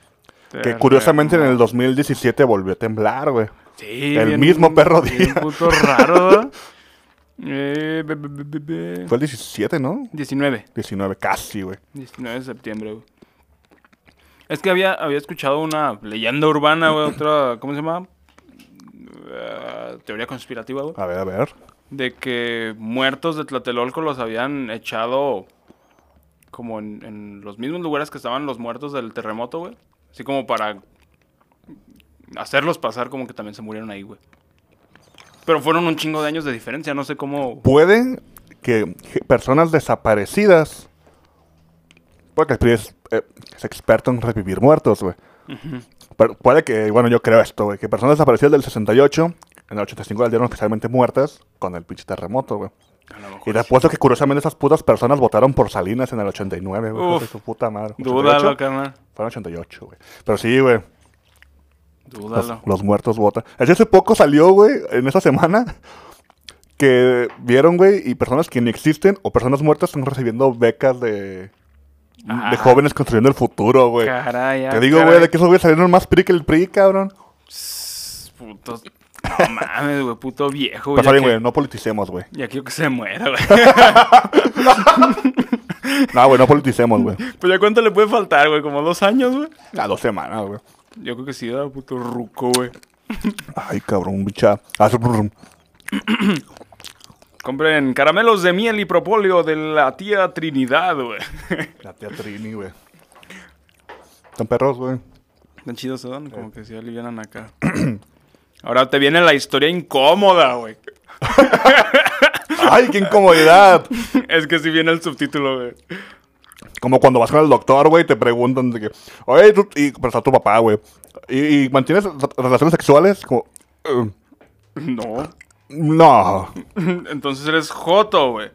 Que Terremoto. curiosamente en el 2017 volvió a temblar, güey. Sí, el bien- mismo perro bien día. puto raro, ¿da? Eh, be- be- be- be- be. Fue el 17, ¿no? 19. 19, casi, güey. 19 de septiembre, güey. Es que había, había escuchado una leyenda urbana, güey, otra, ¿cómo se llama? Eh, teoría conspirativa, güey. A ver, a ver. De que muertos de Tlatelolco los habían echado como en, en los mismos lugares que estaban los muertos del terremoto, güey. Así como para hacerlos pasar como que también se murieron ahí, güey. Pero fueron un chingo de años de diferencia, no sé cómo... Puede que je- personas desaparecidas. Porque el PRI es, eh, es experto en revivir muertos, güey. Pero puede que, bueno, yo creo esto, güey. Que personas desaparecidas del 68, en el 85 las dieron oficialmente muertas con el pinche terremoto, güey. A lo mejor Y te apuesto que curiosamente esas putas personas votaron por Salinas en el 89, güey. Uf. Hijo de su puta madre. Dúdalo, 88. carnal. Fueron 88, güey. Pero sí, güey. Los, Dúdalo. los muertos votan. Así hace poco salió, güey, en esa semana, que vieron, güey, y personas que ni existen o personas muertas están recibiendo becas de, Ah. de jóvenes construyendo el futuro, güey. Caray, Te digo, güey, de que esos güeyes salieron más PRI que el PRI, cabrón. Puto... No mames, güey, puto viejo, Pero güey. está ya bien, que- güey, no politicemos, güey. *laughs* Ya quiero que se muera, güey. *laughs* No, güey, no politicemos, güey. pues ya cuánto le puede faltar, güey, como dos años, güey. A dos semanas, güey. Yo creo que sí, da puto ruco, güey. Ay, cabrón, bicha. Hace brum. Compren caramelos de miel y propóleo de la tía Trinidad, güey. La tía Trini, güey. Están perros, güey. Tan chidos se dan, como que se alivianan acá. *clears throat* Ahora te viene la historia incómoda, güey. *laughs* ¡Ay, qué incomodidad! Es que si viene el subtítulo, güey. Como cuando vas con el doctor, güey, te preguntan de que, oye, tú, y, pero está tu papá, güey. Y, y mantienes re- relaciones sexuales, como, "Eh, No. *clears throat* no. Entonces eres Joto, güey.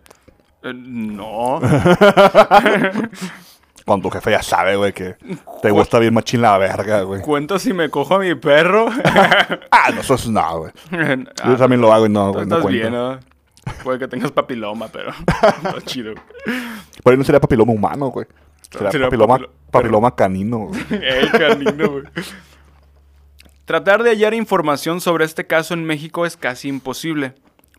Eh, no. Cuando tu jefe ya sabe, güey, que te gusta bien machín la verga, güey. ¿Cuenta si me cojo a mi perro? *laughs* Ah, no, eso es no, güey. Yo Ah, también lo hago y no, tú güey, no estás cuento. bien, ¿no? Puede que tengas papiloma, pero *laughs* no chido. Pero ahí no sería papiloma humano, güey. Sería, Sería papiloma, papilo- papiloma canino, güey. El canino, güey. Tratar de hallar información sobre este caso en México es casi imposible,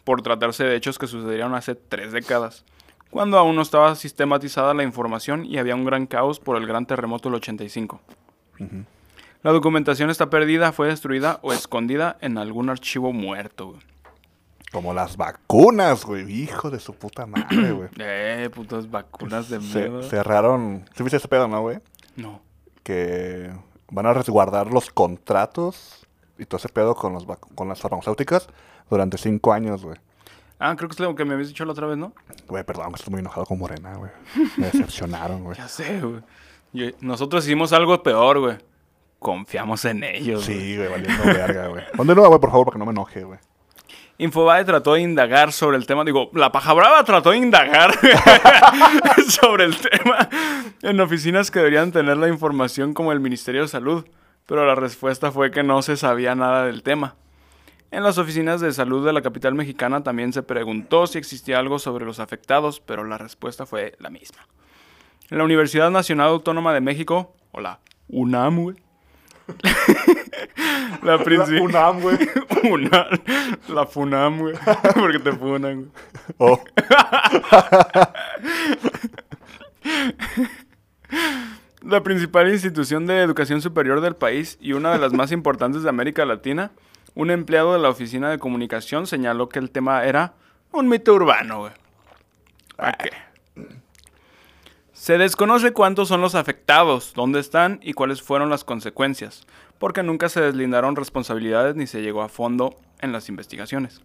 por tratarse de hechos que sucedieron hace tres décadas, cuando aún no estaba sistematizada la información y había un gran caos por el gran terremoto del 85. La documentación está perdida, fue destruida o escondida en algún archivo muerto, güey. Como las vacunas, güey. Hijo de su puta madre, güey. Eh, putas vacunas de mierda. Se, cerraron. ¿Sí viste ese pedo, no, güey? No. que van a resguardar los contratos y todo ese pedo con, los vac- con las farmacéuticas durante cinco años, güey. Ah, creo que es lo que me habías dicho la otra vez, ¿no? Güey, perdón, estoy muy enojado con Morena, güey. Me decepcionaron, *laughs* güey. Ya sé, güey. Yo- Nosotros hicimos algo peor, güey. Confiamos en ellos. güey. Sí, güey, valiendo verga, güey. ¿Dónde no, güey, por favor, para que no me enoje, güey? Infobae trató de indagar sobre el tema. Digo, la paja brava trató de indagar *laughs* sobre el tema en oficinas que deberían tener la información como el Ministerio de Salud, pero la respuesta fue que no se sabía nada del tema. En las oficinas de salud de la capital mexicana también se preguntó si existía algo sobre los afectados, pero la respuesta fue la misma. En la Universidad Nacional Autónoma de México, o la UNAM, güey, *laughs* la principal... UNAM, güey. Una, la funam, güey. *laughs* Porque te funan, güey. Oh, La principal institución de educación superior del país y una de las más importantes de América Latina, un empleado de la oficina de comunicación señaló que el tema era un mito urbano, güey. ¿Para qué? Se desconoce cuántos son los afectados, dónde están y cuáles fueron las consecuencias, porque nunca se deslindaron responsabilidades ni se llegó a fondo en las investigaciones.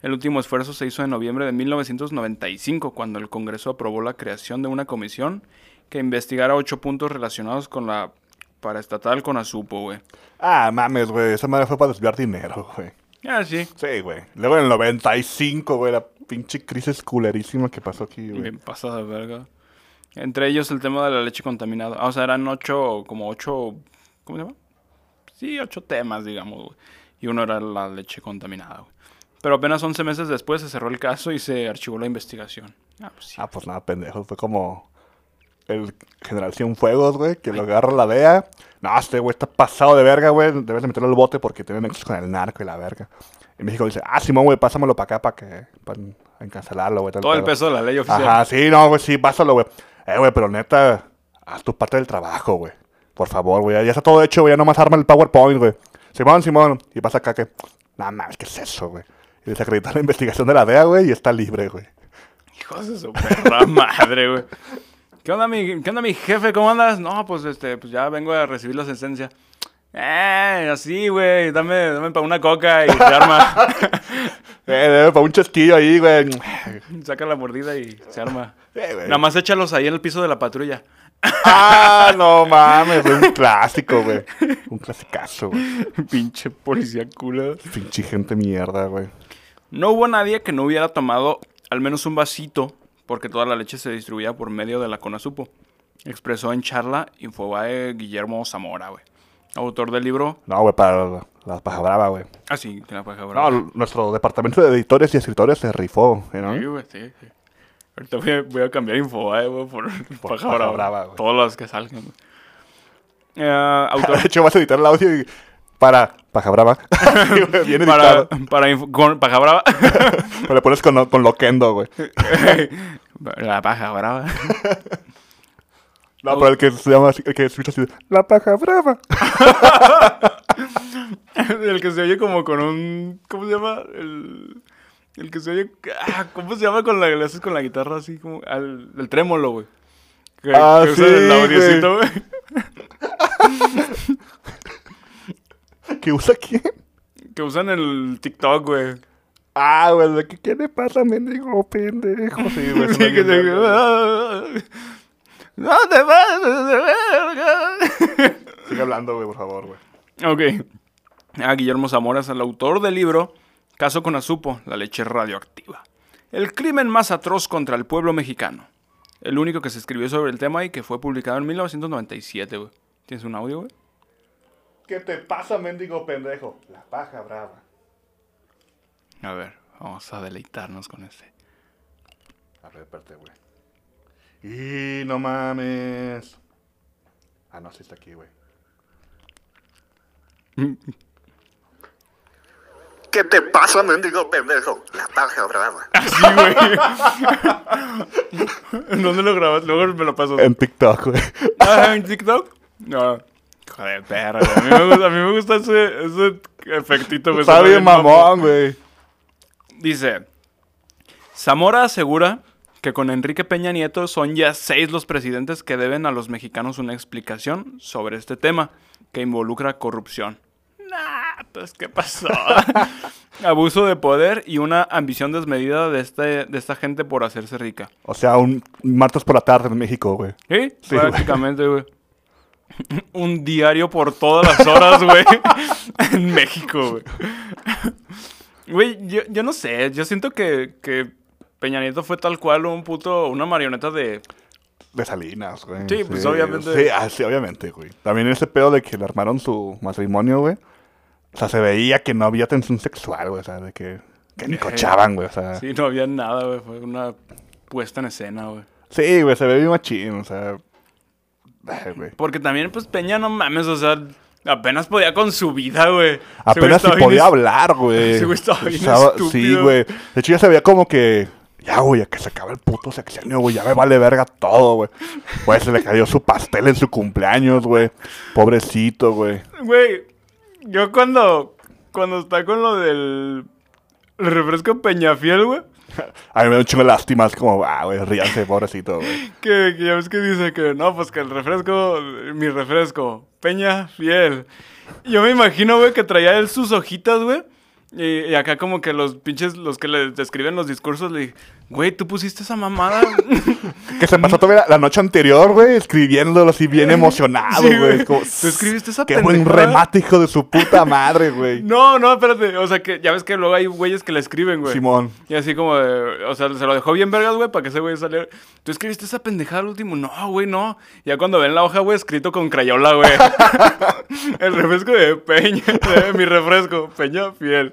El último esfuerzo se hizo en noviembre de 1995, cuando el Congreso aprobó la creación de una comisión que investigara ocho puntos relacionados con la paraestatal Conasupo, güey. Ah, mames, güey. Esa madre fue para desviar dinero, güey. Ah, sí. Sí, güey. Luego en el 95, güey, la pinche crisis culerísima que pasó aquí, güey. Bien pasada, verga. Entre ellos el tema de la leche contaminada. Ah, o sea, eran ocho, como ocho, ¿cómo se llama? Sí, ocho temas, digamos, güey. Y uno era la leche contaminada, güey. Pero apenas 11 meses después se cerró el caso y se archivó la investigación. Ah, pues sí. Ah, pues nada, pendejo. Fue como el general Cienfuegos, güey, que lo agarra la DEA. No, este güey está pasado de verga, güey. Debes de meterlo al bote porque tiene nexos con el narco y la verga. Y México dice, ah, Simón, güey, pásamelo para acá para que... Para cancelarlo, güey. tal Todo el pedo". peso de la ley oficial. Ajá, sí, no, güey, sí, pásalo, güey. Eh, güey, pero neta, haz tu parte del trabajo, güey. Por favor, güey, ya está todo hecho, güey, ya nomás arma el PowerPoint, güey. Simón, Simón, y pasa acá que, nada más, ¿qué es eso, güey? Y desacreditar la investigación de la DEA, güey, y está libre, güey. Hijos de su perra *laughs* madre, güey. ¿Qué onda, mi, ¿Qué onda, mi jefe? ¿Cómo andas? No, pues este, pues ya vengo a recibir la sentencia. Eh, así, güey. Dame, dame para una coca y se arma. *laughs* Eh, eh, para un chasquillo ahí, güey. Saca la mordida y se arma. Eh, güey. Nada más échalos ahí en el piso de la patrulla. Ah, no mames, fue un clásico, güey. Un clasicazo, güey. *laughs* Pinche policía culo. Pinche gente mierda, güey. No hubo nadie que no hubiera tomado al menos un vasito, porque toda la leche se distribuía por medio de la Conasupo. Expresó en charla Infobae Guillermo Zamora, güey. Autor del libro. No, güey, para la, la paja brava, güey. Ah, sí, que la paja brava. No, l- nuestro departamento de editores y escritores se rifó, ¿eh, ¿no? Sí, güey, sí, sí. Ahorita voy a, voy a cambiar Infobae, *laughs* güey, por, por Paja Brava, güey. Todos los que salgan, güey. Eh, *laughs* autor. De hecho, vas a editar el audio y- para Paja Brava. *laughs* Sí, güey, Bien para, editado. para info- con *laughs* Paja Brava. *laughs* Pero le pones con, con loquendo, güey. la Paja Brava. *laughs* No, pero el que se llama así, el que escucha así, La Paja Brava. *laughs* El que se oye como con un. ¿Cómo se llama? El, el que se oye. ah, ¿Cómo se llama con la, le haces con la guitarra así como. Al, el trémolo, güey. Que, Ah, que usa sí, el audiocito, güey. *laughs* ¿Qué usa quién? Que usan el TikTok, güey. Ah, güey, ¿de ¿qué, qué le pasa, mendigo pendejo? Sí, güey. *laughs* Sí, que se- No te pases de verga. Sigue hablando, güey, por favor, güey. *laughs* Ok. Ah, Guillermo Zamora es el autor del libro Caso con Azupo, la leche radioactiva. El crimen más atroz contra el pueblo mexicano. El único que se escribió sobre el tema y que fue publicado en 1997, güey. ¿Tienes un audio, güey? ¿Qué te pasa, mendigo pendejo? La Paja Brava. A ver, vamos a deleitarnos con este. A ver, espérate, güey. Y no mames. Ah, no, sí está aquí, güey. ¿Qué te pasa, mendigo pendejo? La paja brava. *laughs* ¿En dónde lo grabas? Luego me lo paso. En TikTok, *laughs* güey. Ah, ¿En TikTok? No. Joder, perra. güey. A mí me gusta, a mí me gusta ese, ese efectito. güey. Está Suena bien mamón. mamón, güey. Dice, Zamora asegura que con Enrique Peña Nieto son ya seis los presidentes que deben a los mexicanos una explicación sobre este tema que involucra corrupción. Nah, pues ¿qué pasó? Abuso de poder y una ambición desmedida de, este, de esta gente por hacerse rica. O sea, un martes por la tarde en México, güey. ¿Sí? Sí, güey. Prácticamente, güey. *laughs* Un diario por todas las horas, güey. *laughs* en México, güey. Güey, yo, yo no sé. Yo siento que, que Peña Nieto fue tal cual un puto, una marioneta de... De Salinas, güey. Sí, pues, obviamente. Sí, ah, sí, obviamente, güey. También ese pedo de que le armaron su matrimonio, güey. O sea, se veía que no había tensión sexual, güey. O sea, de que. Que ni cochaban, güey. O sea. Sí, no había nada, güey. Fue una puesta en escena, güey. Sí, güey, se ve bien machín, o sea. Ay, güey. Porque también, pues, Peña, no mames, o sea... Apenas podía con su vida, güey. Ese güey Apenas si estaba bien podía es- hablar, güey. *laughs* Ese güey estaba bien Sí, estúpido. güey. De hecho, ya se veía como que. Ya, güey, ya que se acaba el puto sexenio, güey. Ya me vale verga todo, güey. Güey, se le cayó su pastel en su cumpleaños, güey. Pobrecito, güey. Güey, yo cuando, cuando está con lo del refresco Peñafiel, güey, A mí me da un chingo de lástima. Es como, ah, güey, ríanse, pobrecito, güey. Que, que ya ves que dice que no, pues que el refresco, mi refresco, Peña Fiel. Yo me imagino, güey, que traía él sus hojitas, güey. Y, y acá como que los pinches, los que le escriben los discursos, le dije, güey, tú pusiste esa mamada. *laughs* Que se pasó todavía la, la noche anterior, güey, escribiéndolo así bien emocionado, *laughs* Sí, güey. güey. Es como, Tú escribiste esa Qué buen pendejada. remate, hijo de su puta madre, güey. no, no, espérate. O sea, que ya ves que luego hay güeyes que le escriben, güey. Simón. Y así como, de- o sea, se lo dejó bien vergas, güey, para que ese güey saliera. ¿Tú escribiste esa pendejada al último? No, güey, no. Ya cuando ven la hoja, güey, escrito con *laughs* crayola, güey. el refresco de Peña, de mi refresco, Peña Fiel.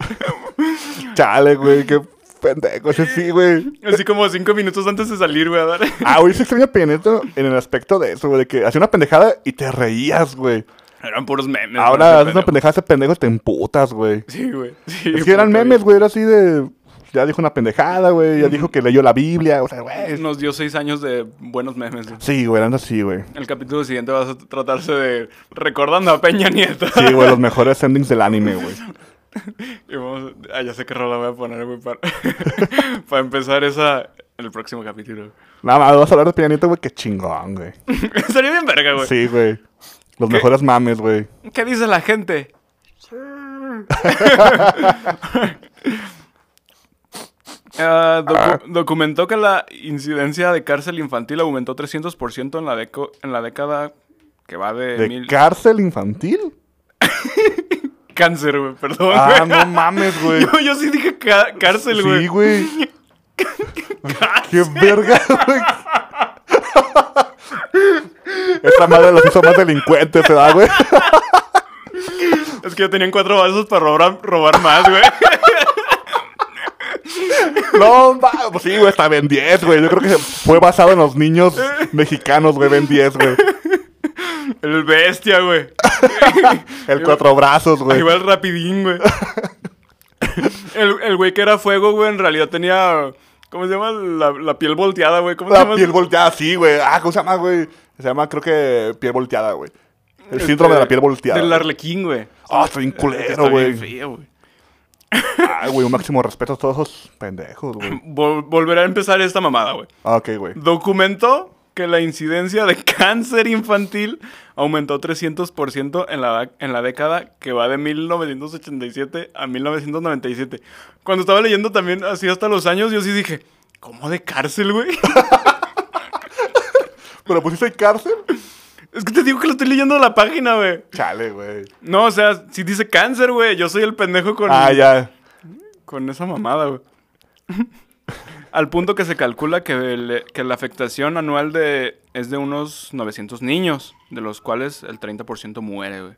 Chale, güey, qué pendejo. ese Sí, güey. Así como cinco minutos antes de salir, güey, a dar. Ah, güey, se extraña Peña Nieto en el aspecto de eso, güey, de que hacía una pendejada y te reías, güey. Eran puros memes. Ahora güey, haces una pendejo. pendejada, ese pendejo te emputas, güey. Sí, güey. Sí, Es que eran puta, memes, güey, era así de... Ya dijo una pendejada, güey, ya dijo que leyó la Biblia, o sea, güey. Nos dio seis años de buenos memes. güey. Sí, güey, eran así, güey. El capítulo siguiente va a tratarse de recordando a Peña Nieto. Sí, güey, los mejores endings del anime, güey. Y vamos, ah, ya sé qué rola voy a poner, güey, para, *laughs* para empezar esa, el próximo capítulo. *laughs* Nada más, vas a hablar de Peña Nieto, güey, qué chingón, güey. Estaría bien verga, güey. Sí, güey. Los mejores mames, güey. ¿Qué dice la gente? *laughs* Ah, docu- Documentó que la incidencia de cárcel infantil aumentó 300% en la, deco- en la década que va de, ¿De mil... cárcel *laughs* infantil? cáncer, güey, perdón. Ah, güey. no mames, güey. *laughs* Yo, yo sí dije ca- cárcel, güey. Sí, güey. *laughs* ¡Qué verga, güey! Esta madre los hizo más delincuentes, ¿verdad, güey? Es que ya tenían cuatro vasos para robar, robar más, güey. *laughs* No, va, pues sí, güey, está Ben 10, güey. Yo creo que fue basado en los niños mexicanos, güey, Ben 10, güey. El bestia, *laughs* güey. El cuatro brazos, güey. Igual rapidín, güey. El, el güey que era fuego, güey, en realidad tenía. ¿Cómo se llama? La, la piel volteada, güey. ¿Cómo se La llama? piel volteada, sí, güey. Ah, ¿cómo se llama, güey? Se llama, creo que, piel volteada, güey. El Este, síndrome de la piel volteada. Del güey. arlequín, güey. Ah, estoy bien Que culero, está bien güey. feo, güey. Ay, güey, un máximo respeto a todos esos pendejos, güey. *laughs* Vol- volverá a empezar esta mamada, güey. Ah, ok, güey. Documentó que la incidencia de *laughs* cáncer infantil aumentó 300% en la, en la década que va de 1987 a 1997. Cuando estaba leyendo también así hasta los años, yo sí dije, ¿cómo de cárcel, güey? *laughs* ¿Pero pusiste cárcel? Es que te digo que lo estoy leyendo de la página, güey. Chale, güey. No, o sea, si dice cáncer, güey. Yo soy el pendejo con, Ah, ya. con esa mamada, güey. *laughs* Al punto que se calcula que, el- que la afectación anual de, es de unos 900 niños, de los cuales el 30% muere, güey.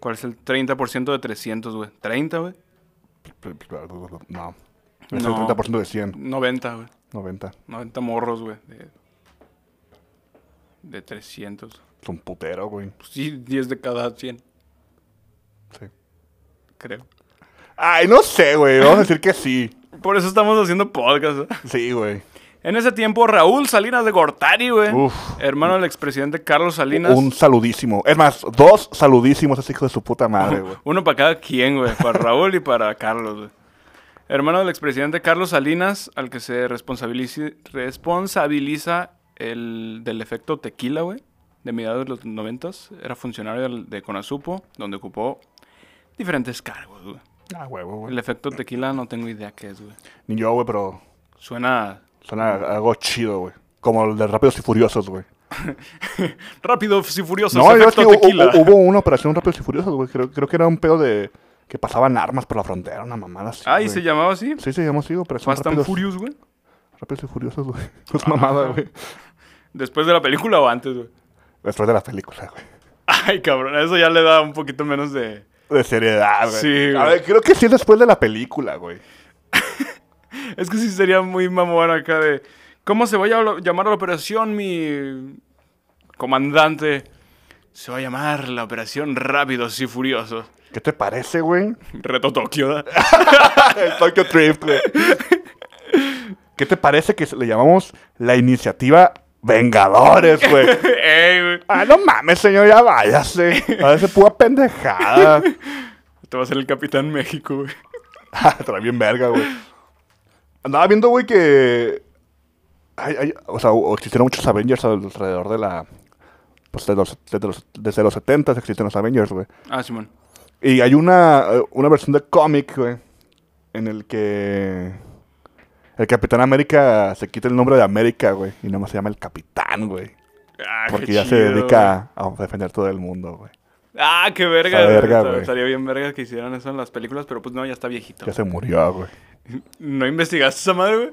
¿Cuál es el 30% de 300, güey? ¿30, güey? No. Es No. el 30% de 100, 90, güey. 90. 90 morros, güey. De, de 300. Es un putero, güey. Pues sí, 10 de cada 100, Sí. creo. Ay, no sé, güey. Vamos a decir que sí. Por eso estamos haciendo podcast, ¿eh? Sí, güey. En ese tiempo, Raúl Salinas de Gortari, güey. Uf. Hermano del expresidente Carlos Salinas. Un saludísimo. Es más, dos saludísimos a ese hijo de su puta madre, Este, *laughs* güey. Uno para cada quien, güey. Para Raúl y para Carlos, güey. Hermano del expresidente Carlos Salinas, al que se responsabilici- responsabiliza el, del efecto tequila, güey. De mediados de los noventas. Era funcionario del- de Conasupo, donde ocupó diferentes cargos, güey. Ah, huevo, güey. El efecto tequila no tengo idea qué es, güey. Ni yo, güey, pero Suena suena a- algo chido, güey. Como el de Rápidos y Furiosos, güey. rápido y furioso. No, ese yo es que efecto hu- tequila. hu- hubo una operación Rápidos y Furiosos, güey. Creo, creo que era un pedo de que pasaban armas por la frontera, una mamada así. Ah, y güey. se llamaba así. Sí, se llamó así, operación Fast and Rápidos, Furious, güey. Rápidos y Furiosos, güey. *laughs* Es mamada, güey. ¿Después de la película o antes, güey? *laughs* Después de la película, güey. Ay, cabrón, eso ya le da un poquito menos de... De seriedad, güey. Sí, A güey. ver, creo que sí es después de la película, güey. Es que sí sería muy mamón acá de... ¿Cómo se va a llam- llamar la operación, mi comandante? Se va a llamar la operación Rápidos y Furiosos. ¿Qué te parece, güey? Reto Tokio, ¿da? *laughs* *laughs* El Tokyo Drift, güey. *laughs* ¿Qué te parece que le llamamos la iniciativa Vengadores, güey? *laughs* Ey, güey. Ah, no mames, señor, ya *laughs* váyase. A veces pura pendejada. Este va a ser el Capitán México, güey. *laughs* Ah, Trae bien verga, güey. Andaba viendo, güey, que. hay- hay- o sea, o- existieron muchos Avengers alrededor de la. Pues de los- desde los, desde los 70 existen los Avengers, güey. Ah, Simón. Y hay una, eh, una versión de cómic, güey, en el que el Capitán América se quita el nombre de América, güey, y nomás se llama el Capitán, güey. Ah, qué Porque ya se chido, güey. dedica a defender todo el mundo, güey. Ah, qué verga. Está verga, Está- güey. Estaría bien verga que hicieran eso en las películas, pero pues no, ya está viejito. Ya se murió, güey. *laughs* ¿No investigaste esa madre, güey?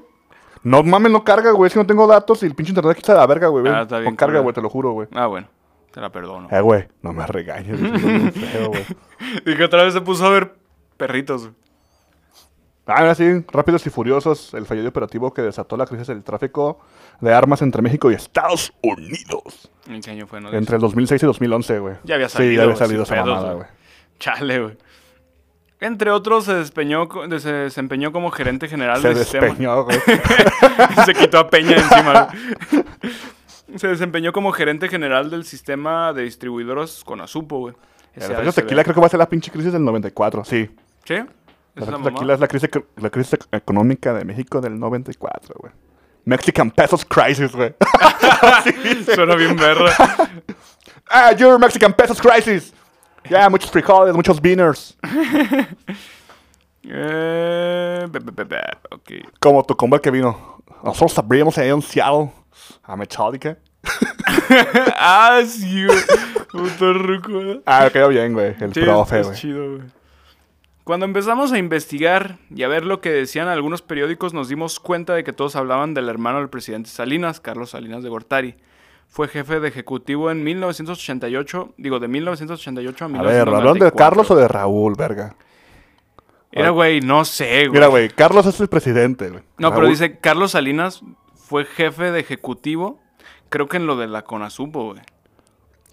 No mames, no carga, güey. Si no tengo datos y el pinche internet aquí está de la verga, güey. Ah, ven. está bien no carga, culero. güey, te lo juro, güey. Ah, bueno. Te la perdono. Eh, güey, no me regañes. güey, soy bien feo, *laughs* güey. Y que otra vez se puso a ver perritos. güey. Ah, ahora sí, rápidos y furiosos, el fallido operativo que desató la crisis del tráfico de armas entre México y Estados Unidos. ¿En qué año fue? No Entre el 2006 y 2011, güey. Ya había Sí, salido, ya había sin salido esa pedos, mamada, güey. güey. Chale, güey. Entre otros, se, despeñó, co- de- se desempeñó como gerente general Se del sistema. despeñó, güey. *laughs* se quitó a Peña encima. güey. se desempeñó como gerente general del sistema de distribuidores con Azupo, güey. El SASB. efecto tequila creo que va a ser la pinche crisis del 94, sí. ¿Sí? ¿Esa El es la efecto mamá? tequila es la crisis, ec- la crisis ec- económica de México del 94, güey. Mexican Pesos Crisis, güey. *laughs* *laughs* Suena bien verga. ah, your Mexican Pesos Crisis. Ya, muchos frijoles, muchos beaners. Eh, be- be- be- be, ok. *laughs* Como tu combo que vino. Nosotros abrimos ahí en Seattle. A Metallica. ah, sí, güey. Puto ruco. güey. Ah, quedó bien, güey. El Sí, profe, es güey. chido, güey. Cuando empezamos a investigar y a ver lo que decían algunos periódicos, nos dimos cuenta de que todos hablaban del hermano del presidente Salinas, Carlos Salinas de Gortari. Fue jefe de ejecutivo en 1988, digo, de 1988 a A ver, ¿hablaron 1994. de Carlos o de Raúl, verga? Era, güey, no sé, güey. Mira, güey, Carlos es el presidente, güey. No, pero Raúl- dice, Carlos Salinas fue jefe de ejecutivo, creo que en lo de la Conasupo, güey.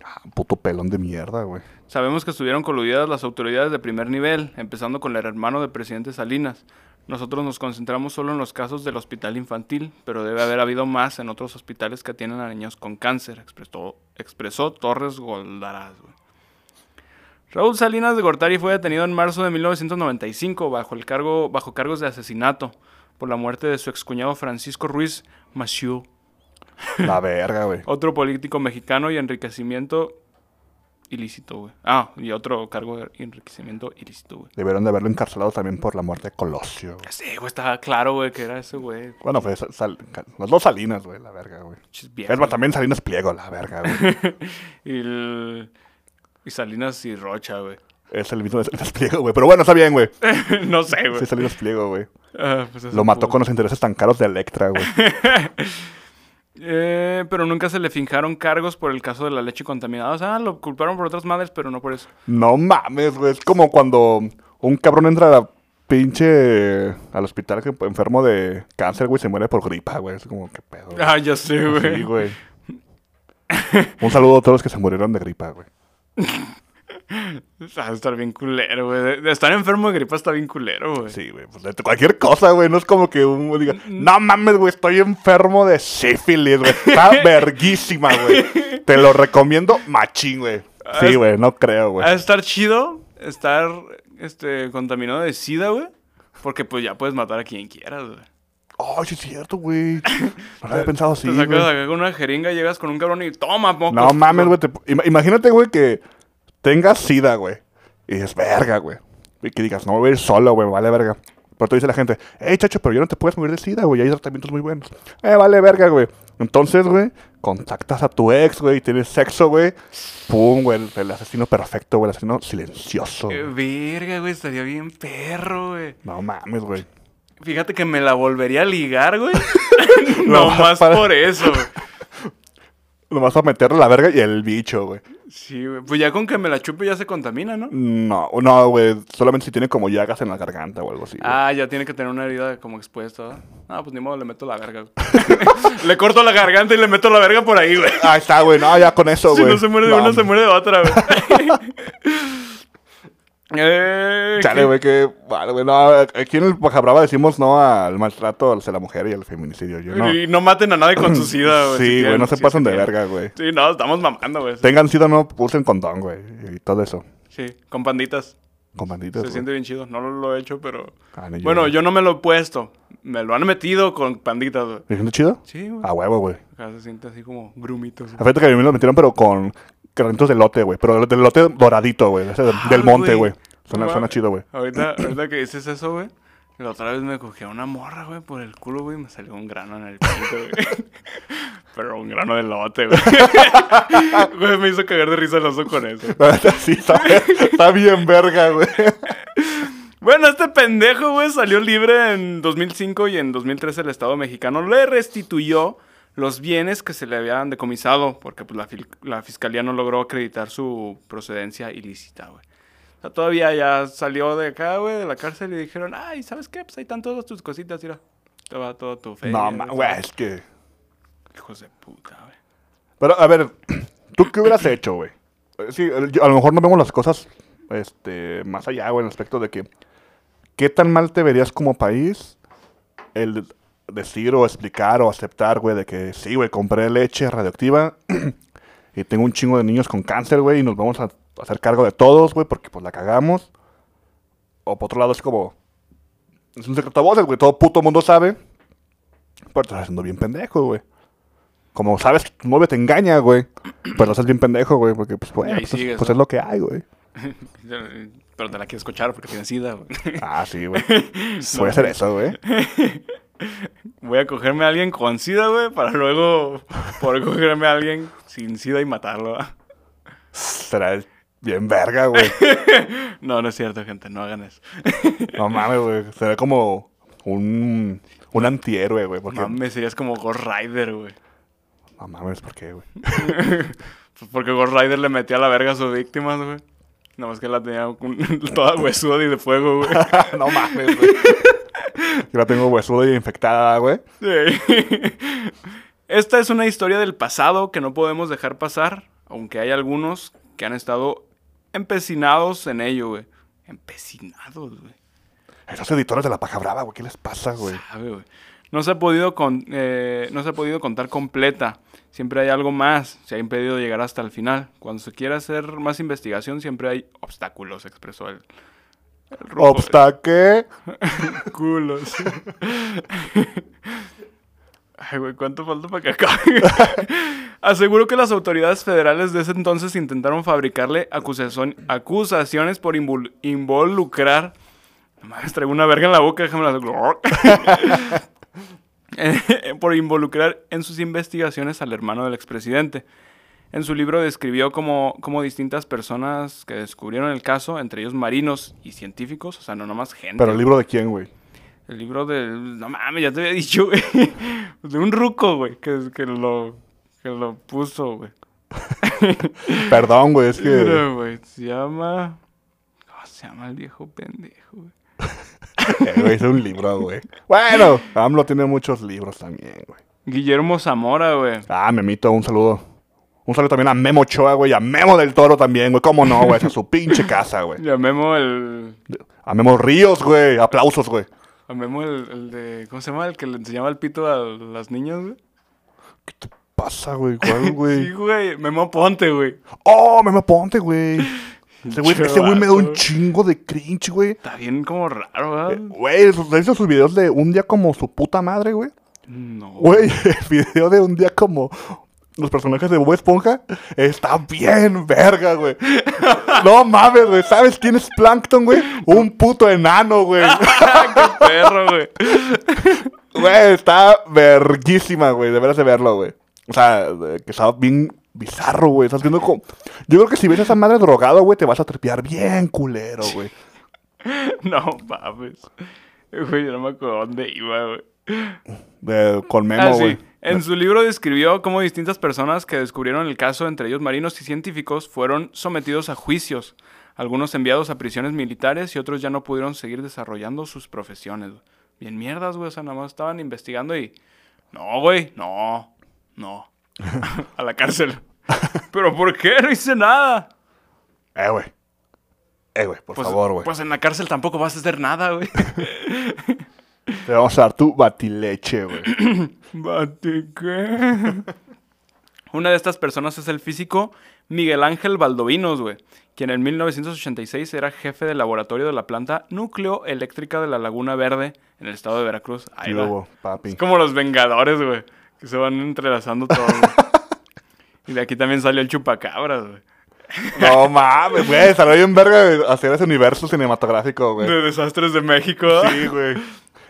Ah, Puto pelón de mierda, güey. Sabemos que estuvieron coludidas las autoridades de primer nivel, empezando con el hermano del presidente Salinas. Nosotros nos concentramos solo en los casos del hospital infantil, pero debe haber habido más en otros hospitales que atienden a niños con cáncer, expresó, expresó Torres Goldaraz. güey. Raúl Salinas de Gortari fue detenido en marzo de 1995 bajo, el cargo, bajo cargos de asesinato por la muerte de su excuñado Francisco Ruiz Maciú, La verga, güey. otro político mexicano y enriquecimiento ilícito, güey. Ah, y otro cargo de enriquecimiento ilícito, güey. Debieron de haberlo encarcelado también por la muerte de Colosio. güey. Sí, güey, estaba claro, güey, que era ese, güey. Bueno, pues sal- sal- los dos Salinas, güey, la verga, güey. Pinches Es viejos. más, también Salinas Pliego, la verga, güey. *laughs* Y, el- y Salinas y Rocha, güey. *laughs* es el mismo de Salinas Pliego, güey. Pero bueno, está bien, güey. no sé, güey. Sí, Salinas Pliego, güey. Ah, pues eso Lo mató pudo. con los intereses tan caros de Electra, güey. Eh, pero nunca se le finjaron cargos por el caso de la leche contaminada. O sea, lo culparon por otras madres, pero no por eso. No mames, güey. Es como cuando un cabrón entra a la pinche. al hospital que- enfermo de cáncer, güey, se muere por gripa, güey. Es como, qué pedo. güey. Ah, ya sé, güey. Sí, güey. Un saludo a todos los que se murieron de gripa, güey. *laughs* Ah, estar bien culero, güey. De- de estar enfermo de gripa está bien culero, güey. Sí, güey. Pues de cualquier cosa, güey. No es como que uno diga, Mm. no mames, güey, estoy enfermo de sífilis, güey. *laughs* Está verguísima, güey. Te lo recomiendo machín, güey. Ah, Sí, güey, no creo, Ha de güey. estar chido estar este, contaminado de sida, güey. Porque pues ya puedes matar a quien quieras, güey. Oh, sí es cierto, güey. No lo había pensado así, Te sacas güey. acá con una jeringa, llegas con un cabrón y toma, poco. No mames, güey. te- ima- Imagínate, güey, que tengas sida, güey. Y dices, verga, güey. Y que digas, no voy a ir solo, güey, vale verga. Pero te dice la gente, hey, chacho, pero yo no te puedes morir de sida, güey. Hay tratamientos muy buenos. Eh, vale verga, güey. Entonces, güey, contactas a tu ex, güey, y tienes sexo, güey. Pum, güey, el, el asesino perfecto, güey, el asesino silencioso. Eh. güey. Verga, güey, estaría bien perro, güey. No mames, güey. Fíjate que me la volvería a ligar, *laughs* güey. no más para- por eso, güey. Lo vas a meterle la verga y el bicho, güey. Sí, güey. Pues ya con que me la chupe ya se contamina, ¿no? No, no, güey. Solamente si tiene como llagas en la garganta o algo así. güey. Ah, ya tiene que tener una herida como expuesta. ¿verdad? Ah, pues ni modo, le meto la verga. güey. *laughs* le corto la garganta y le meto la verga por ahí, güey. Ahí está, güey. No, ya con eso, Si güey. no se muere de No, una, se mames. muere de otra, güey. *laughs* Eh, Chale, ¿qué? güey, que. Vale, güey, no, aquí en el Paja Brava decimos no al maltrato hacia la mujer y al feminicidio. Yo no. Y no maten a nadie *clears throat* con su sida, güey. si sí, güey, quieren, no se si es pasan que de quieren. verga, güey. Sí, no, estamos mamando, güey. Tengan sido no usen condón, güey, y todo eso. Sí, con panditas. con banditas. Se güey. siente bien chido. No lo, lo he hecho, pero. Ah, ni yo, bueno, güey. yo no me lo he puesto. Me lo han metido con panditas, güey. ¿Se siente chido? Sí, güey. A huevo, güey. Acá se siente así como grumitos. güey. Fíjate que a mí me lo metieron, pero con granitos de lote, güey. Pero del lote doradito, güey. ese de- del Ah, monte, güey. Suena, No suena mames. chido, güey. *laughs* *clears throat* Ahorita, ahorita que dices eso, güey. La otra vez me cogí a una morra, güey, por el culo, güey, y me salió un grano en el pito, güey. *laughs* Pero un grano de lote, güey. *laughs* Güey, me hizo cagar de risa el oso con eso. La neta, sí, está, está bien verga, güey. Bueno, este pendejo, güey, salió libre en 2005 y en 2013 el Estado mexicano le restituyó los bienes que se le habían decomisado porque pues, la, fil- la fiscalía no logró acreditar su procedencia ilícita, güey. O sea, todavía ya salió de acá, güey, de la cárcel y dijeron, ay, ¿sabes qué? Pues ahí están todas tus cositas, mira. Te va todo tu *laughs* fe. No, ma- güey, es que... Hijos de puta, güey. Pero, a ver, ¿tú qué hubieras hecho, güey? Eh, Sí, el- yo- a lo mejor no vemos las cosas este, más allá, güey, en el aspecto de que... ¿Qué tan mal te verías como país el decir o explicar o aceptar, güey, de que sí, güey, compré leche radioactiva *clears throat* y tengo un chingo de niños con cáncer, güey, y nos vamos a hacer cargo de todos, güey, porque pues la cagamos? O por otro lado es como... Es un secreto a voces, güey, todo puto mundo sabe. Pero te estás haciendo bien pendejo, güey. Como sabes que tu novia te engaña, güey. Pero estás bien pendejo, güey, porque pues, bueno, ahí pues, sigues, pues ¿no? es lo que hay, güey. Pero te la quiero escuchar porque tienes sida, güey. *laughs* Ah, sí, güey. Voy a hacer eso, güey. Voy a cogerme a alguien con sida, güey, para luego *laughs* poder cogerme a alguien sin sida y matarlo. ¿va? Será el- bien verga, güey. No, no es cierto, gente, no hagan eso. No mames, güey. Será como un, un antihéroe, güey. Porque, Mames, serías como Ghost Rider, güey. No mames, ¿por qué, güey? *laughs* Pues porque Ghost Rider le metía a la verga a sus víctimas, güey. Nada más que la tenía con- *laughs* toda huesuda y de fuego, güey. no mames, güey. Yo la tengo huesuda y infectada, güey. Sí. Esta es una historia del pasado que no podemos dejar pasar, aunque hay algunos que han estado empecinados en ello, güey. Empecinados, güey. Esos editores de la paja brava, güey. ¿Qué les pasa, güey? Sabe, güey. No se, ha podido con- eh, no se ha podido contar completa. Siempre hay algo más. Se ha impedido llegar hasta el final. Cuando se quiere hacer más investigación, siempre hay obstáculos, expresó el, el ruco. Obstaque. Obstáculos. *laughs* Ay, güey, ¿cuánto falta para que acabe? *laughs* Aseguro que las autoridades federales de ese entonces intentaron fabricarle acusación- acusaciones por invul- involucrar. No mames, traigo una verga en la boca, déjame la- Eh, *laughs* por involucrar en sus investigaciones al hermano del expresidente. En su libro describió cómo, cómo distintas personas que descubrieron el caso, entre ellos marinos y científicos, o sea, no nomás gente. Pero el libro de quién, güey. El libro del... No mames, ya te había dicho, güey. *laughs* De un ruco, güey, que, que, lo, que lo puso, güey. Perdón, güey, es Mira, que. güey, se llama... ¿Cómo se llama el viejo pendejo, güey? *laughs* Eh, güey, es un libro, güey. Bueno, AMLO tiene muchos libros también, güey. Guillermo Zamora, güey. Ah, Memito, un saludo. Un saludo también a Memo Choa, güey. Y a Memo del Toro también, güey. ¿Cómo no, güey? Esa Es su pinche casa, güey. Llamemos el... A Memo Ríos, güey. Aplausos, güey. Llamemos el, el de... ¿Cómo se llama? El que le enseñaba el pito a las niñas, güey. Pasa, güey. ¿Cuál, güey? Sí, güey. Memo Ponte, güey. Oh, Memo Ponte, güey. Ese güey Pinche ese güey me da un vato. chingo de cringe, güey. Está bien como raro, ¿verdad? Güey, sus- ¿has visto sus videos de un día como su puta madre, güey? No. Güey, *laughs* el video de un día como los personajes de Bob Esponja está bien verga, güey. No mames, güey. ¿Sabes quién es Plankton, güey? Un puto enano, güey. *laughs* ¡Qué perro, güey! *laughs* Güey, está verguísima, güey. Deberías de verlo, güey. O sea, de- que está bien bizarro, güey. Estás viendo como... Yo creo que si ves a esa madre drogado, güey, te vas a trepear bien culero, güey. No mames. Güey, yo no me acuerdo dónde iba, güey. De- con Ah, Memo, sí. güey. En su libro describió cómo distintas personas que descubrieron el caso, entre ellos marinos y científicos, fueron sometidos a juicios. Algunos enviados a prisiones militares y otros ya no pudieron seguir desarrollando sus profesiones. güey. Bien mierdas, güey. O sea, nada más estaban investigando y... No, güey. No. No. *laughs* a *laughs* la cárcel. ¿Pero por qué? No hice nada. Eh, güey. Eh, güey, por Pues, favor, güey. Pues en la cárcel tampoco vas a hacer nada, güey. Te vamos a dar tu batileche, güey. Una de estas personas es el físico Miguel Ángel Valdovinos, güey, quien en 1986 era jefe de laboratorio de la planta nucleoeléctrica de la Laguna Verde en el estado de Veracruz. *clears throat* Ahí va. Luego, papi. Es como los Vengadores, güey, que se van entrelazando todos. *laughs* güey. y de aquí también salió el chupacabras, güey. No mames, güey. Salió bien verga de hacer ese universo cinematográfico, güey. De Desastres de México. Sí, güey.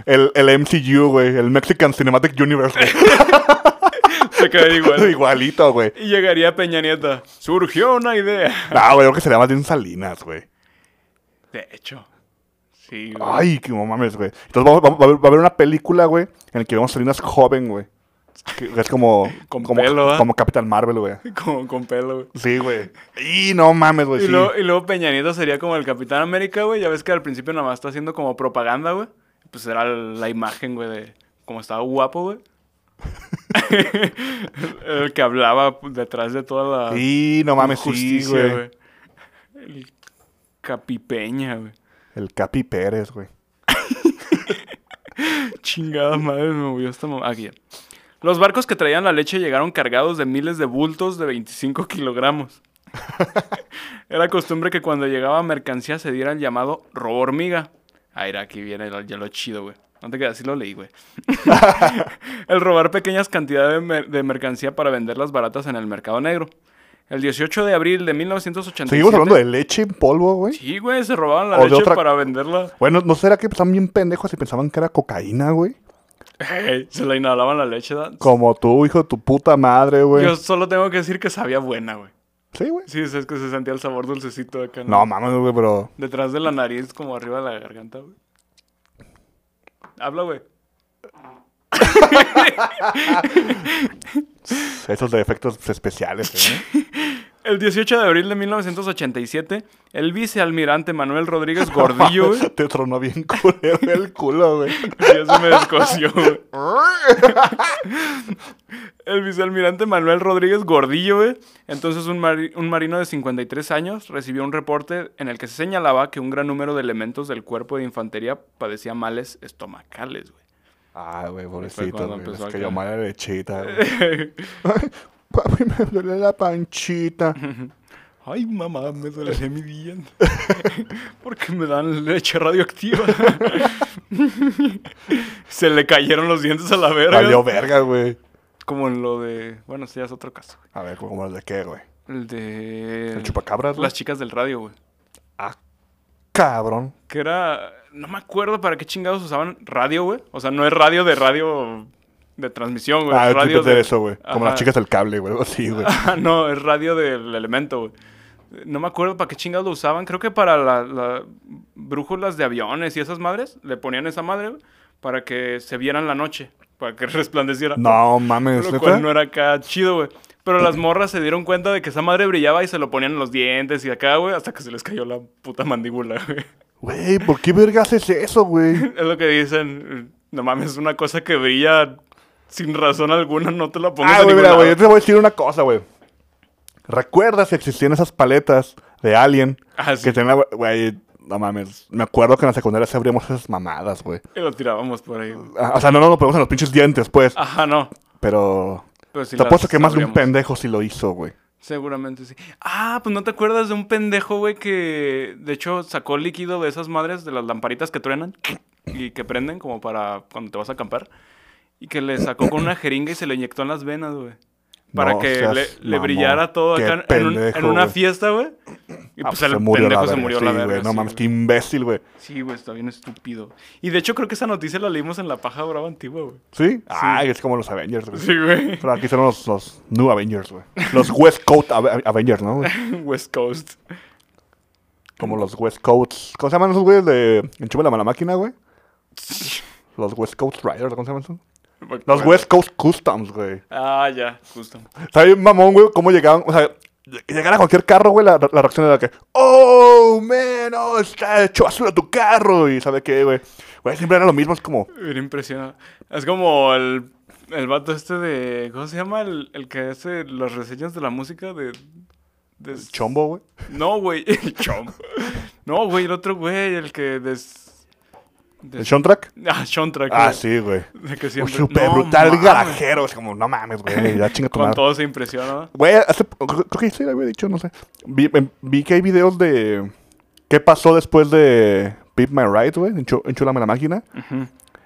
El, el MCU, güey. El Mexican Cinematic Universe, güey. *laughs* Se quedó *laughs* igual. *laughs* Igualito, güey. Y llegaría Peña Nieta. Surgió una idea. No, güey, creo que sería más bien Salinas, güey. De hecho. Sí, güey. Ay, qué no mames, güey. Entonces vamos- vamos- va, a haber- va a haber una película, güey, en la que vemos a Salinas joven, güey. Que Es como, *laughs* Con como, pelo, ¿ah? como Capitán Marvel, güey. Con, con pelo, güey. Sí, güey. Y no mames, güey. Y, Sí. luego, y luego Peña Nieto sería como el Capitán América, güey. Ya ves que al principio nada más está haciendo como propaganda, güey. Pues era la imagen, güey, de como estaba guapo, *laughs* güey. el que hablaba detrás de toda la Sí, no mames, sí, injusticia, güey. El Capipeña, güey. El Capi Pérez, güey. Chingada madre, me movió esta mamá. Aquí. ya. Los barcos que traían la leche llegaron cargados de miles de bultos de 25 *laughs* kilogramos. Era costumbre que cuando llegaba mercancía se diera el llamado robo hormiga. Ahí era, aquí viene lo- ya lo chido, güey. No te quedas, sí lo leí, güey. *laughs* el robar pequeñas cantidades de, mer- de mercancía para venderlas baratas en el mercado negro. El 18 de abril de 1987. Seguimos hablando de leche en polvo, güey. Sí, güey, se robaban la O de leche otra- para venderla. Bueno, ¿no será que están bien pendejos y pensaban que era cocaína, güey? Ey, se la inhalaban la leche, ¿da? Como tú, hijo de tu puta madre, güey. Yo solo tengo que decir que sabía buena, güey. Sí, güey. Sí, es que se sentía el sabor dulcecito acá. No mames, güey, pero. Detrás de la nariz, como arriba de la garganta, güey. Habla, güey. Esos de efectos especiales, ¿eh? güey. El 18 de abril de 1987, el vicealmirante Manuel Rodríguez *laughs* Gordillo, güey. Te tronó bien culero el culo, güey. Ya se me descoció, güey. El vicealmirante Manuel Rodríguez Gordillo, güey. Entonces, un, mari- un marino de 53 años recibió un reporte en el que se señalaba que un gran número de elementos del cuerpo de infantería padecía males estomacales, güey. Ah, güey, cuando pobrecito, güey. empezó Es acá. que yo mala lechita, *laughs* güey. Ay, Papi, me duele la panchita. Ay, mamá, me duele mi diente. *laughs* Porque me dan leche radioactiva. *laughs* se le cayeron los dientes a la verga. Valió verga, güey. Como en lo de. Bueno, sí, ya es otro caso. A ver, ¿cómo el de qué, güey? El de. ¿El chupacabras, güey? Las chicas del radio, güey. Ah, Cabrón. Que era. No me acuerdo para qué chingados usaban radio, güey. O sea, no es radio de radio. De transmisión, güey. Ah, es el radio tipo de eso, güey. Como las Ajá. chicas del cable, güey. algo así, güey. *laughs* Ah, no, es radio del elemento, güey. No me acuerdo para qué chingados lo usaban. Creo que para las brújulas de aviones y esas madres. Le ponían esa madre, güey, para que se vieran la noche. Para que *laughs* resplandeciera. No mames, Lo cual no ¿neta? era acá chido, güey. Pero las morras se dieron cuenta de que esa madre brillaba y se lo ponían en los dientes y acá, güey, hasta que se les cayó la puta mandíbula, güey. *laughs* Güey, ¿por qué verga haces eso, güey? Es lo que dicen. No mames, una cosa que brilla sin razón alguna, no te la pongas Ah, en güey, ningún mira, lado. güey. Yo te voy a decir una cosa, güey. ¿Recuerdas si existían esas paletas de Alien? Ah, sí. Que tenían, la- güey. No mames. Me acuerdo que en la secundaria se abríamos esas mamadas, güey. Y lo tirábamos por ahí. güey. Ah, O sea, no nos lo ponemos en los pinches dientes, pues. Ajá, no. Pero. Pero te sí Ah. las apuesto que más de un abríamos. pendejo sí lo hizo, güey. Seguramente sí. Ah, pues no te acuerdas de un pendejo, güey, que de hecho sacó líquido de esas madres, de las lamparitas que truenan y que prenden como para cuando te vas a acampar. Y que le sacó con una jeringa y se le inyectó en las venas, güey. Para No que seas le, le mamón. brillara todo Qué acá en- en, un- en pendejo, una güey. fiesta, güey. Y Ah, pues, se el murió pendejo la se verga, murió sí, la verga. güey, no sí, mames, qué güey. imbécil, güey. Sí, güey, está bien estúpido. Y de hecho creo que esa noticia la leímos en La Paja Brava Antigua, güey. ¿Sí? Ay, es como los Avengers, güey. Sí, güey. Pero aquí son los, los New Avengers, güey. Los West Coast Ave- Avengers, ¿no? güey? *laughs* West Coast. Como los West Coasts. ¿Cómo se llaman esos güeyes de Enchufe la mala máquina, güey? Los West Coast Riders, ¿cómo se llaman esos? Los West Coast Customs, güey. Ah, ya, justo. Está bien mamón, güey, cómo llegaban, o sea, llegar a cualquier carro, güey, la, la reacción era que, oh, man, oh, está hecho basura tu carro, y ¿sabe qué, güey? Güey, siempre era lo mismo, es como, Bien impresionado. Es como el, el vato este de. ¿Cómo se llama? El, el que hace las reseñas de la música de. de- chombo, güey. *laughs* No, güey. El chombo. No, güey, el otro güey, el que des. ¿El soundtrack? Ah, Shontra. Ah, que- sí, güey. de que Un siempre- Súper No brutal mames. garajero. Es como, no mames, güey. Ya chinga tu Con madre. todo se impresiona. Güey, hace- creo que sí lo había dicho, no sé. Vi, em, vi que hay videos de qué pasó después de Pip My Ride, güey, en, Chu- en Chúlame la Máquina.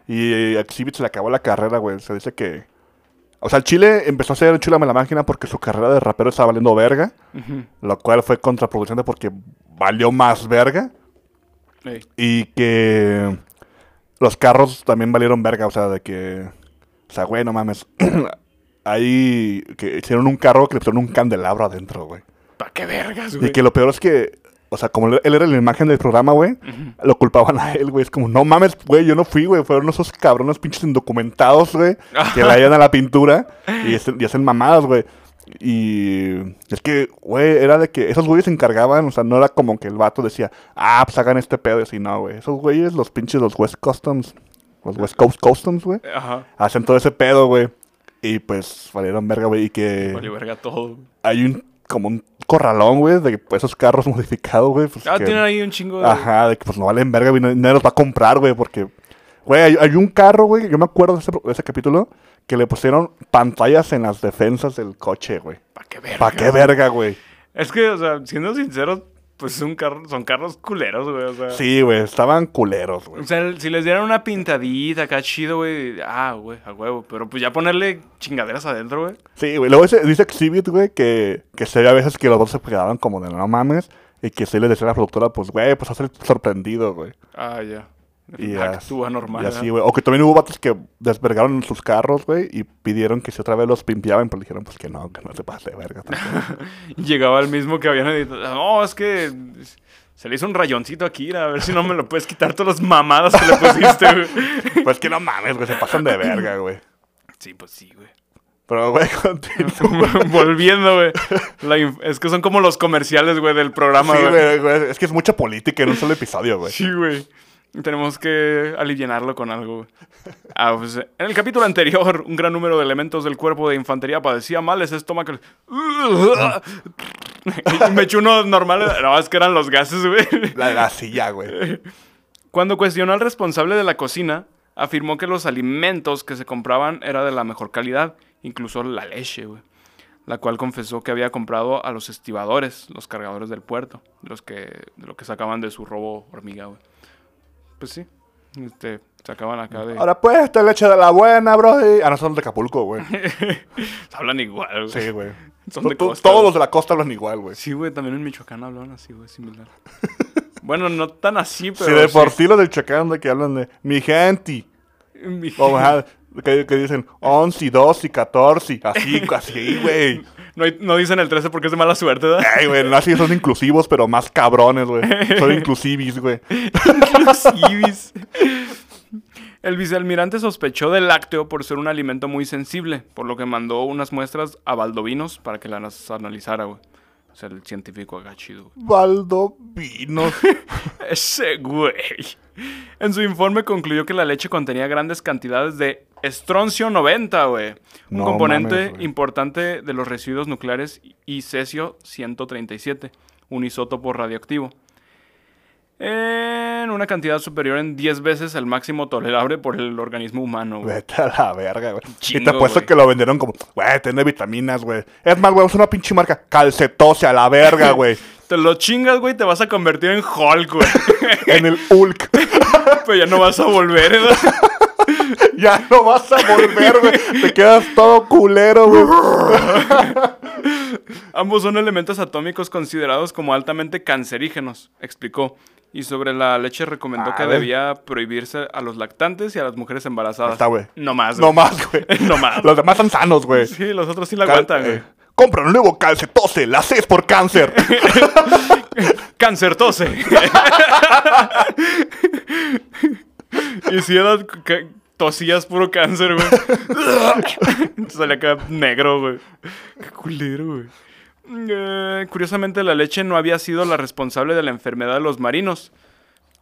Y a Exhibit se le acabó la carrera, güey. Se dice que... O sea, el Chile empezó a hacer Chúlame la Máquina porque su carrera de rapero estaba valiendo verga. Lo cual fue contraproducente porque valió más verga. Ey. Y que los carros también valieron verga, o sea, de que... O sea, güey, no mames. *clears throat* Ahí que hicieron un carro que le pusieron un candelabro adentro, güey. ¿Para qué vergas, Y güey? que lo peor es que, o sea, como él era la imagen del programa, güey, lo culpaban a él, güey. Es como, no mames, güey, yo no fui, güey. Fueron esos cabronos pinches indocumentados, güey, que le hayan a la pintura y, hacen- y hacen mamadas, güey. Y es que, güey, era de que esos güeyes se encargaban, o sea, no era como que el vato decía, ah, pues hagan este pedo y así, no, güey. Esos güeyes, los pinches, los West Customs, los West Coast Customs, güey, Ajá. hacen todo ese pedo, güey. Y pues valieron verga, güey, y que Vale, verga todo. hay un como un corralón, güey, de pues, esos carros *laughs* modificados, güey. pues, Ah, que- tienen ahí un chingo de. Ajá, de que pues no valen verga, güey, nadie nadie los va a comprar, güey, porque... Güey, hay, hay un carro, güey, yo me acuerdo de ese, de ese capítulo, que le pusieron pantallas en las defensas del coche, güey. ¿Para qué verga? ¿Para qué verga, güey? Es que, o sea, siendo sinceros, pues son carros, son carros culeros, güey. O sea, Sí, güey, estaban culeros, güey. O sea, el- si les dieran una pintadita acá chido, güey. Ah, güey, a huevo. Pero pues ya ponerle chingaderas adentro, güey. Sí, güey, luego dice, dice Exhibit, güey, que, que se ve a veces que los dos se quedaban como de no mames, y que se le decía a la productora, pues, güey, pues hacer sorprendido, güey. Ah, ya. Y Ah, as- actúa normal. y ¿verdad? así, güey. O que también hubo vatos que desvergaron sus carros, güey, y pidieron que si otra vez los pimpeaban, pero dijeron, pues que no, que no se pase de verga. tampoco. Y Llegaba el mismo que habían editado. No, es que se le hizo un rayoncito aquí, a ver si no me lo puedes quitar todas las mamadas que le pusiste, güey. *laughs* pues que no mames, güey, se pasan de verga, güey. *laughs* Sí, pues sí, güey. Pero, güey, *laughs* continúa. *laughs* Volviendo, güey. La inf- Es que son como los comerciales, güey, del programa, Sí, güey. güey, güey, es que es mucha política en un solo episodio, güey. Sí, güey. Tenemos que aliviarlo con algo. güey. Ah, pues, en el capítulo anterior, un gran número de elementos del cuerpo de infantería padecía males estomacales. *laughs* Y Me echó uno normal. No, es que eran los gases, güey. La, la silla, güey. Cuando cuestionó al responsable de la cocina, afirmó que los alimentos que se compraban era de la mejor calidad, incluso la leche, güey. La cual confesó que había comprado a los estibadores, los cargadores del puerto, los que, de lo que sacaban de su robo hormiga, güey. Pues sí, este, sacaban acá de... *laughs* Ahora pues, esta leche de la buena, bro. y- Ah, no, son de Acapulco, güey. Hablan igual, güey. Sí, güey. Son de To- to- costa, Todos güey. los de la costa hablan igual, güey. Sí, güey, también en Michoacán hablaban así, güey, similar. bueno, no tan así, pero... Si de por sí. sí los del Chacán de que hablan de mi gente. *laughs* Mi- O, ajá, que, que dicen 11, 12, 14, así, así, güey. no, hay- no dicen el 13 porque es de mala suerte, ¿verdad? Ay, güey, no así son inclusivos, pero más cabrones, güey. *laughs* Son inclusivis, güey. Inclusivis. El vicealmirante sospechó del lácteo por ser un alimento muy sensible, por lo que mandó unas muestras a Valdovinos para que las analizara, güey. O sea, el científico acá chido, güey. Valdovinos. *laughs* Ese güey. En su informe concluyó que la leche contenía grandes cantidades de estroncio 90, güey. Un No componente mames, güey. importante de los residuos nucleares y cesio 137, un isótopo radioactivo. En una cantidad superior en 10 veces al máximo tolerable por el organismo humano, güey. Vete a la verga, güey. Y te Chingo, apuesto güey. que lo vendieron como, güey, tiene vitaminas, güey. Es más, güey, es una pinche marca calcetose a la verga, güey. Te lo chingas, güey, te vas a convertir en Hulk, güey. *laughs* En el Hulk. *laughs* Pero ya no vas a volver, ¿eh? ya no vas a volver, güey. Te quedas todo culero, *laughs* güey. Ambos son elementos atómicos considerados como altamente cancerígenos, explicó. Y sobre la leche recomendó A que ver. debía prohibirse a los lactantes y a las mujeres embarazadas. Está, güey. No más. No más, güey. No más. Los demás están sanos, güey. Sí, los otros sí la aguantan, Cal- güey. eh, Compra un nuevo calcetose, la C es por *laughs* cáncer. eh. Cáncer tose. y si era ca- tosías puro cáncer, güey. *laughs* Sale acá negro, güey. Qué culero, güey. Eh, curiosamente, la leche no había sido la responsable de la enfermedad de los marinos.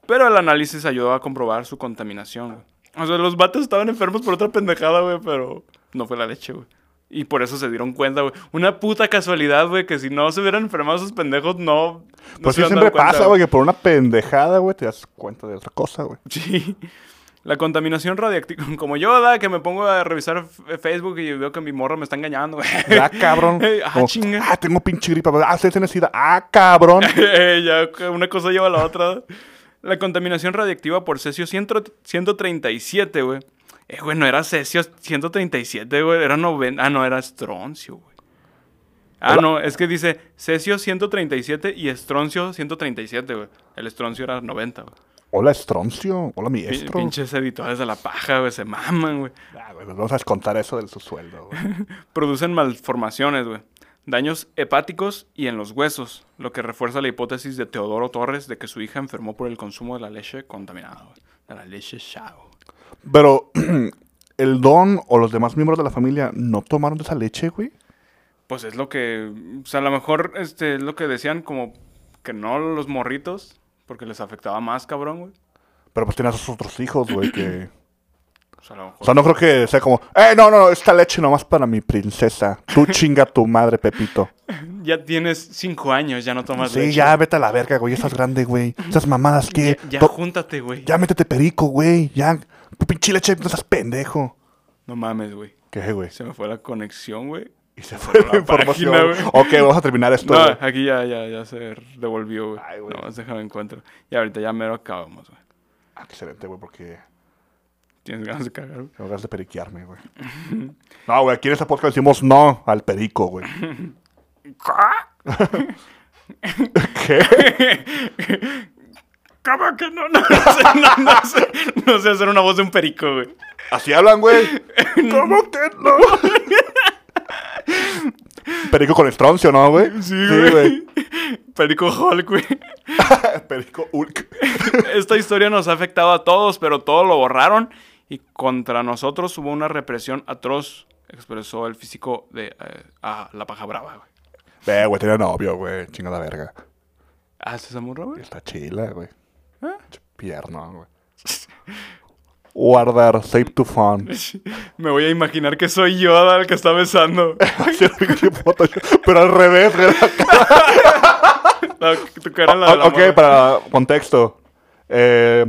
Pero el análisis ayudó a comprobar su contaminación, güey. O sea, los vatos estaban enfermos por otra pendejada, güey, pero no fue la leche, güey. Y por eso se dieron cuenta, güey. Una puta casualidad, güey, que si no se hubieran enfermado esos pendejos, no. no Pues sí, se hubieran dado siempre cuenta, pasa, güey, que por una pendejada, güey, te das cuenta de otra cosa, güey. *laughs* Sí. La contaminación radiactiva. *laughs* Como Yoda, que me pongo a revisar f- eh, Facebook y veo que mi morra me está engañando, *laughs* güey. Ya, cabrón. *laughs* Ey, ah, Como, chinga. ah, tengo pinche gripa. Ah, se necesita. Ah, *laughs* cabrón. Eh, ya una cosa lleva a la otra. La contaminación radiactiva por cesio 100 137, güey. Eh, güey, no era cesio 137, güey. Era 90. Ah, no, era estroncio, güey. Ah, Hola. no, es que dice cesio 137 y estroncio 137, güey. El estroncio era 90, güey. Hola, estroncio. Hola, mi Pi- estro. Pinches editores de la paja, güey. Se maman, güey. Ah, güey, vamos a descontar eso de su sueldo, güey. *laughs* producen malformaciones, güey. Daños hepáticos y en los huesos, lo que refuerza la hipótesis de Teodoro Torres de que su hija enfermó por el consumo de la leche contaminada, güey. De la leche chao. Pero *clears throat* el don o los demás miembros de la familia no tomaron de esa leche, güey. Pues es lo que, o sea, a lo mejor este, es lo que decían como que no los morritos, porque les afectaba más, cabrón, güey. Pero pues tiene a sus otros hijos, güey, que... O sea, Pues O sea, a lo mejor... no creo que sea como, eh, no, no, esta leche nomás para mi princesa. Tú chinga a tu madre, Pepito. Ya tienes cinco años, ya no tomas Sí, leche. ya, vete a la verga, güey, estás grande, *laughs* güey. Esas mamadas que... Ya, ya To- júntate, güey. ya métete perico, güey. Ya, tu pinche leche, no seas pendejo. No mames, güey. ¿Qué, güey? Se me fue la conexión, güey. Y se fue la información. página, güey. ok, vamos a terminar esto. *laughs* No, güey. aquí ya, ya, ya se devolvió, güey. Ay, güey. No, déjame encuentro. Y ahorita ya mero acabamos, güey. Ah, excelente, güey, porque... Tienes ganas de cagar, güey. Tengo ganas de periquearme, güey. No, güey, aquí en esta podcast decimos no al perico, *laughs* güey. ¿Qué? *laughs* *laughs* ¿Cómo que no? No sé, no, no sé, no sé hacer una voz de un perico, güey. ¿Así hablan, *laughs* güey? ¿Cómo que no? *laughs* perico con estroncio, ¿no, güey? Sí, Perico Hulk, güey. *laughs* perico Hulk. Esta historia nos ha afectado a todos, pero todos lo borraron. Y contra nosotros hubo una represión atroz, expresó el físico de eh, ah, La Paja Brava, güey. Ve, güey, tenía novio, güey. Chingada verga. Ah, ¿se zamorra, güey? Está chila, güey. Ch- Pierna, güey. Guardar, eh. save to fun. *laughs* Me voy a imaginar que soy Yoda el que *laughs* está besando. Hacer pinche Photoshop, Pero al revés, güey. La- tu cara en la de la O- ok, morra. para contexto. Eh,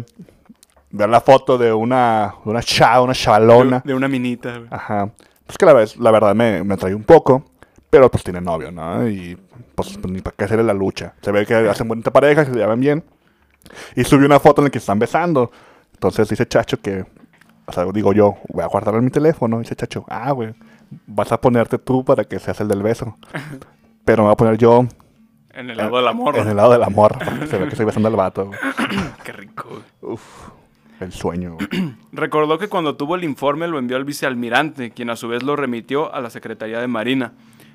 ver la foto de una, de una chava, una chavalona. De una minita, güey. Ajá. Pues que la, vez- la verdad me, me atrae un poco, pero pues tiene novio, ¿no? Y pues, pues, ni para qué hacerle la lucha. Se ve que hacen bonita pareja, que se llevan bien. Y subió una foto en la que están besando. Entonces dice Chacho que, o sea, digo yo, voy a guardarla en mi teléfono. Dice Chacho, ah, güey, vas a ponerte tú para que seas el del *laughs* beso. Pero me voy a poner yo En el lado de la morra. en el lado de la morra, porque se ve que estoy besando al vato. güey. Qué rico, güey. Uf, el sueño. güey. Recordó que cuando tuvo el informe lo envió al vicealmirante, quien a su vez lo remitió a la Secretaría de Marina.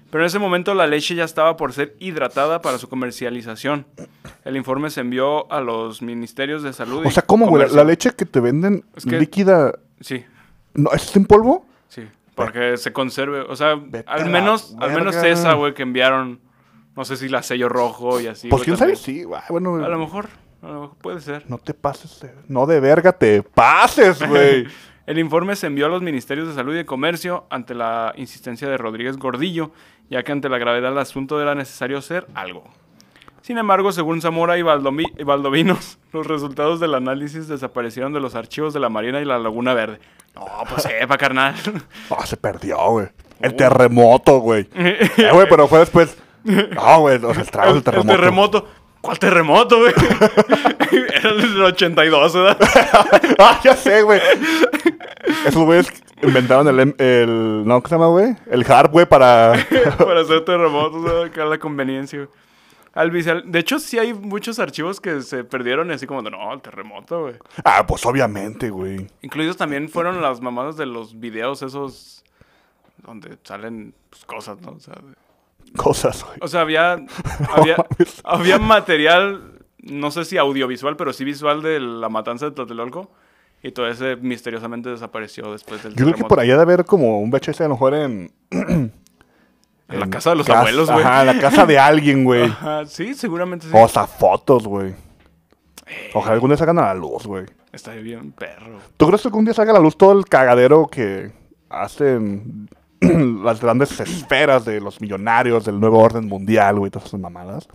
Pero en ese momento la leche ya estaba por ser hidratada para su comercialización. El informe se envió a los ministerios de salud. y O sea, ¿cómo, güey? La- Comercio. La leche que te venden Es que- líquida, Sí, ¿no? ¿Es en polvo? sí. Porque se conserve. O sea, Vete a al la menos, al menos verga. esa, güey, que enviaron. No sé si la sello rojo y así. Pues güey, quién sabe, también. sí. ah, Bueno, A lo mejor, a lo mejor puede ser. no te pases, eh, no de verga te *laughs* pases, güey. El informe se envió a los ministerios de Salud y de Comercio ante la insistencia de Rodríguez Gordillo, ya que ante la gravedad del asunto era necesario hacer algo. Sin embargo, según Zamora y, Valdomi- y Valdovinos, *laughs* los resultados del análisis desaparecieron de los archivos de la Marina y la Laguna Verde. No, pues *laughs* sepa, carnal. Ah, se perdió, güey. El terremoto, *laughs* güey. Eh, güey, pero fue después. No, güey, los estragos El del terremoto. terremoto. ¿Cuál terremoto, güey? Era el del 82, ¿verdad? *laughs* *laughs* ah, ya sé, güey. Esos güeyes inventaron el, em- el. ¿No? ¿Qué se llama, güey? El hard, güey, para. *laughs* para hacer terremotos, ¿verdad? que era la conveniencia. güey. Al visual- De hecho, sí hay muchos archivos que se perdieron y así como, de, no, el terremoto, güey. ah, pues obviamente, güey. Incluidos también fueron las mamadas de los videos esos donde salen pues, cosas, ¿no? O sea, de- Cosas, güey. o *laughs* sea, había, había, mames. había material, no sé si audiovisual, pero sí visual de la matanza de Tlatelolco. Y todo ese misteriosamente desapareció después del Yo creo que por allá de haber como un VHS a lo mejor en. En la en casa de los cas- abuelos, güey. Ajá, en la casa de alguien, *laughs* güey. Ajá, sí, seguramente sí. O sea, fotos, güey. Ojalá algún día salgan a la luz, güey. Está bien, perro. ¿Tú crees que algún día salga a la luz todo el cagadero que hacen *clears throat* las grandes esferas de los millonarios del nuevo orden mundial, güey, todas esas mamadas.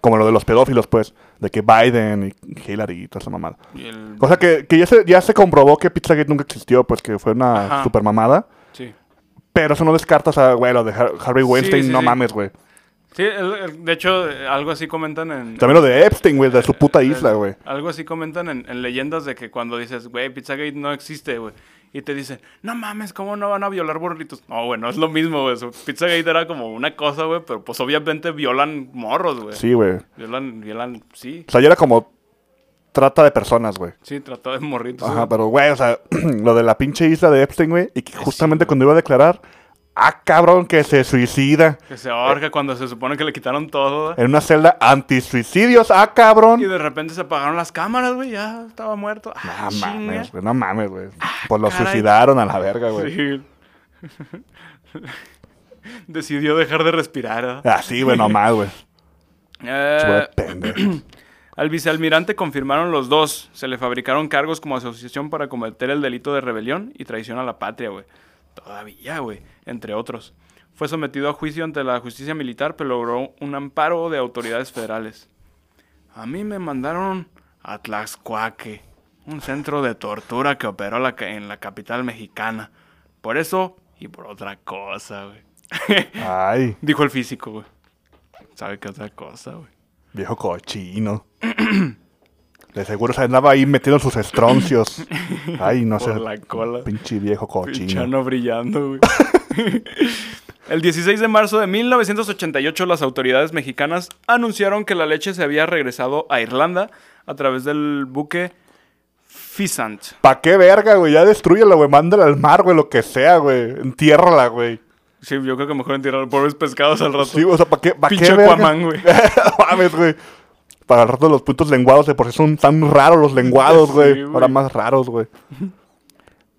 Como lo de los pedófilos, pues, de que Biden y Hillary y toda esa mamada. Y el- O sea, que, que ya, se, ya se comprobó que Pizzagate nunca existió, pues que fue una Ajá. super mamada. sí. Pero eso no descartas a, güey, lo de Har- Harvey Weinstein, sí, no sí. mames, güey. Sí, el- el- de hecho, eh, algo así comentan en... También lo de Epstein, güey, de su puta el- isla, güey. Algo así comentan en, en leyendas de que cuando dices, güey, Pizzagate no existe, güey. Y te dicen, no mames, ¿cómo no van a violar burritos? No, güey, no es lo mismo, güey. Su- Pizzagate era como una cosa, güey, pero pues obviamente violan morros, güey. Sí, güey. O Violan, violan, sí. sea, ya era como trata de personas, güey. Sí, tratado de morritos. Ajá, güey. pero, güey, o sea, *clears throat* lo de la pinche isla de Epstein, güey, y que justamente cuando iba a declarar, ah, cabrón, que se suicida Que se ahorca cuando se supone que le quitaron todo, güey. en una celda antisuicidios, ah, cabrón. Y de repente se apagaron las cámaras, güey, ya estaba muerto. Ah, No mames, chinga. Ah, güey, no mames, güey. Pues lo caray. suicidaron a la verga, güey. Sí. *laughs* Decidió dejar de respirar. ¿verdad? Así, Ah, güey, nomás, güey. Eh, Pendejo. *clears throat* al vicealmirante confirmaron los dos. Se le fabricaron cargos como asociación para cometer el delito de rebelión y traición a la patria, güey. Todavía, güey. Entre otros. Fue sometido a juicio ante la justicia militar, pero logró un amparo de autoridades federales. A mí me mandaron a Tlaxcuaque, un centro de tortura que operó la ca- en la capital mexicana. Por eso y por otra cosa, güey. Ay, Dijo el físico, güey. ¿Sabe qué otra cosa, güey? viejo cochino. De seguro se andaba ahí metiendo sus *clears throat* estroncios. Ay, no sé. Por la cola. Pinche viejo cochino. Pinchano brillando, güey. *laughs* El 16 de marzo de 1988, las autoridades mexicanas anunciaron que la leche se había regresado a Irlanda a través del buque Fisant. ¿Pa' qué verga, güey? Ya destruyela, güey. Mándala al mar, güey, lo que sea, güey. Entiérrala, güey. Sí, yo creo que mejor entierrar pobres pescados al rato. Sí, o sea, ¿pa' qué, pa Pinche qué verga? Aquaman, güey. *laughs* No mames, güey. Para el rato los puntos lenguados, de por sí son tan raros los lenguados, Sí, güey. güey. Ahora más raros, güey.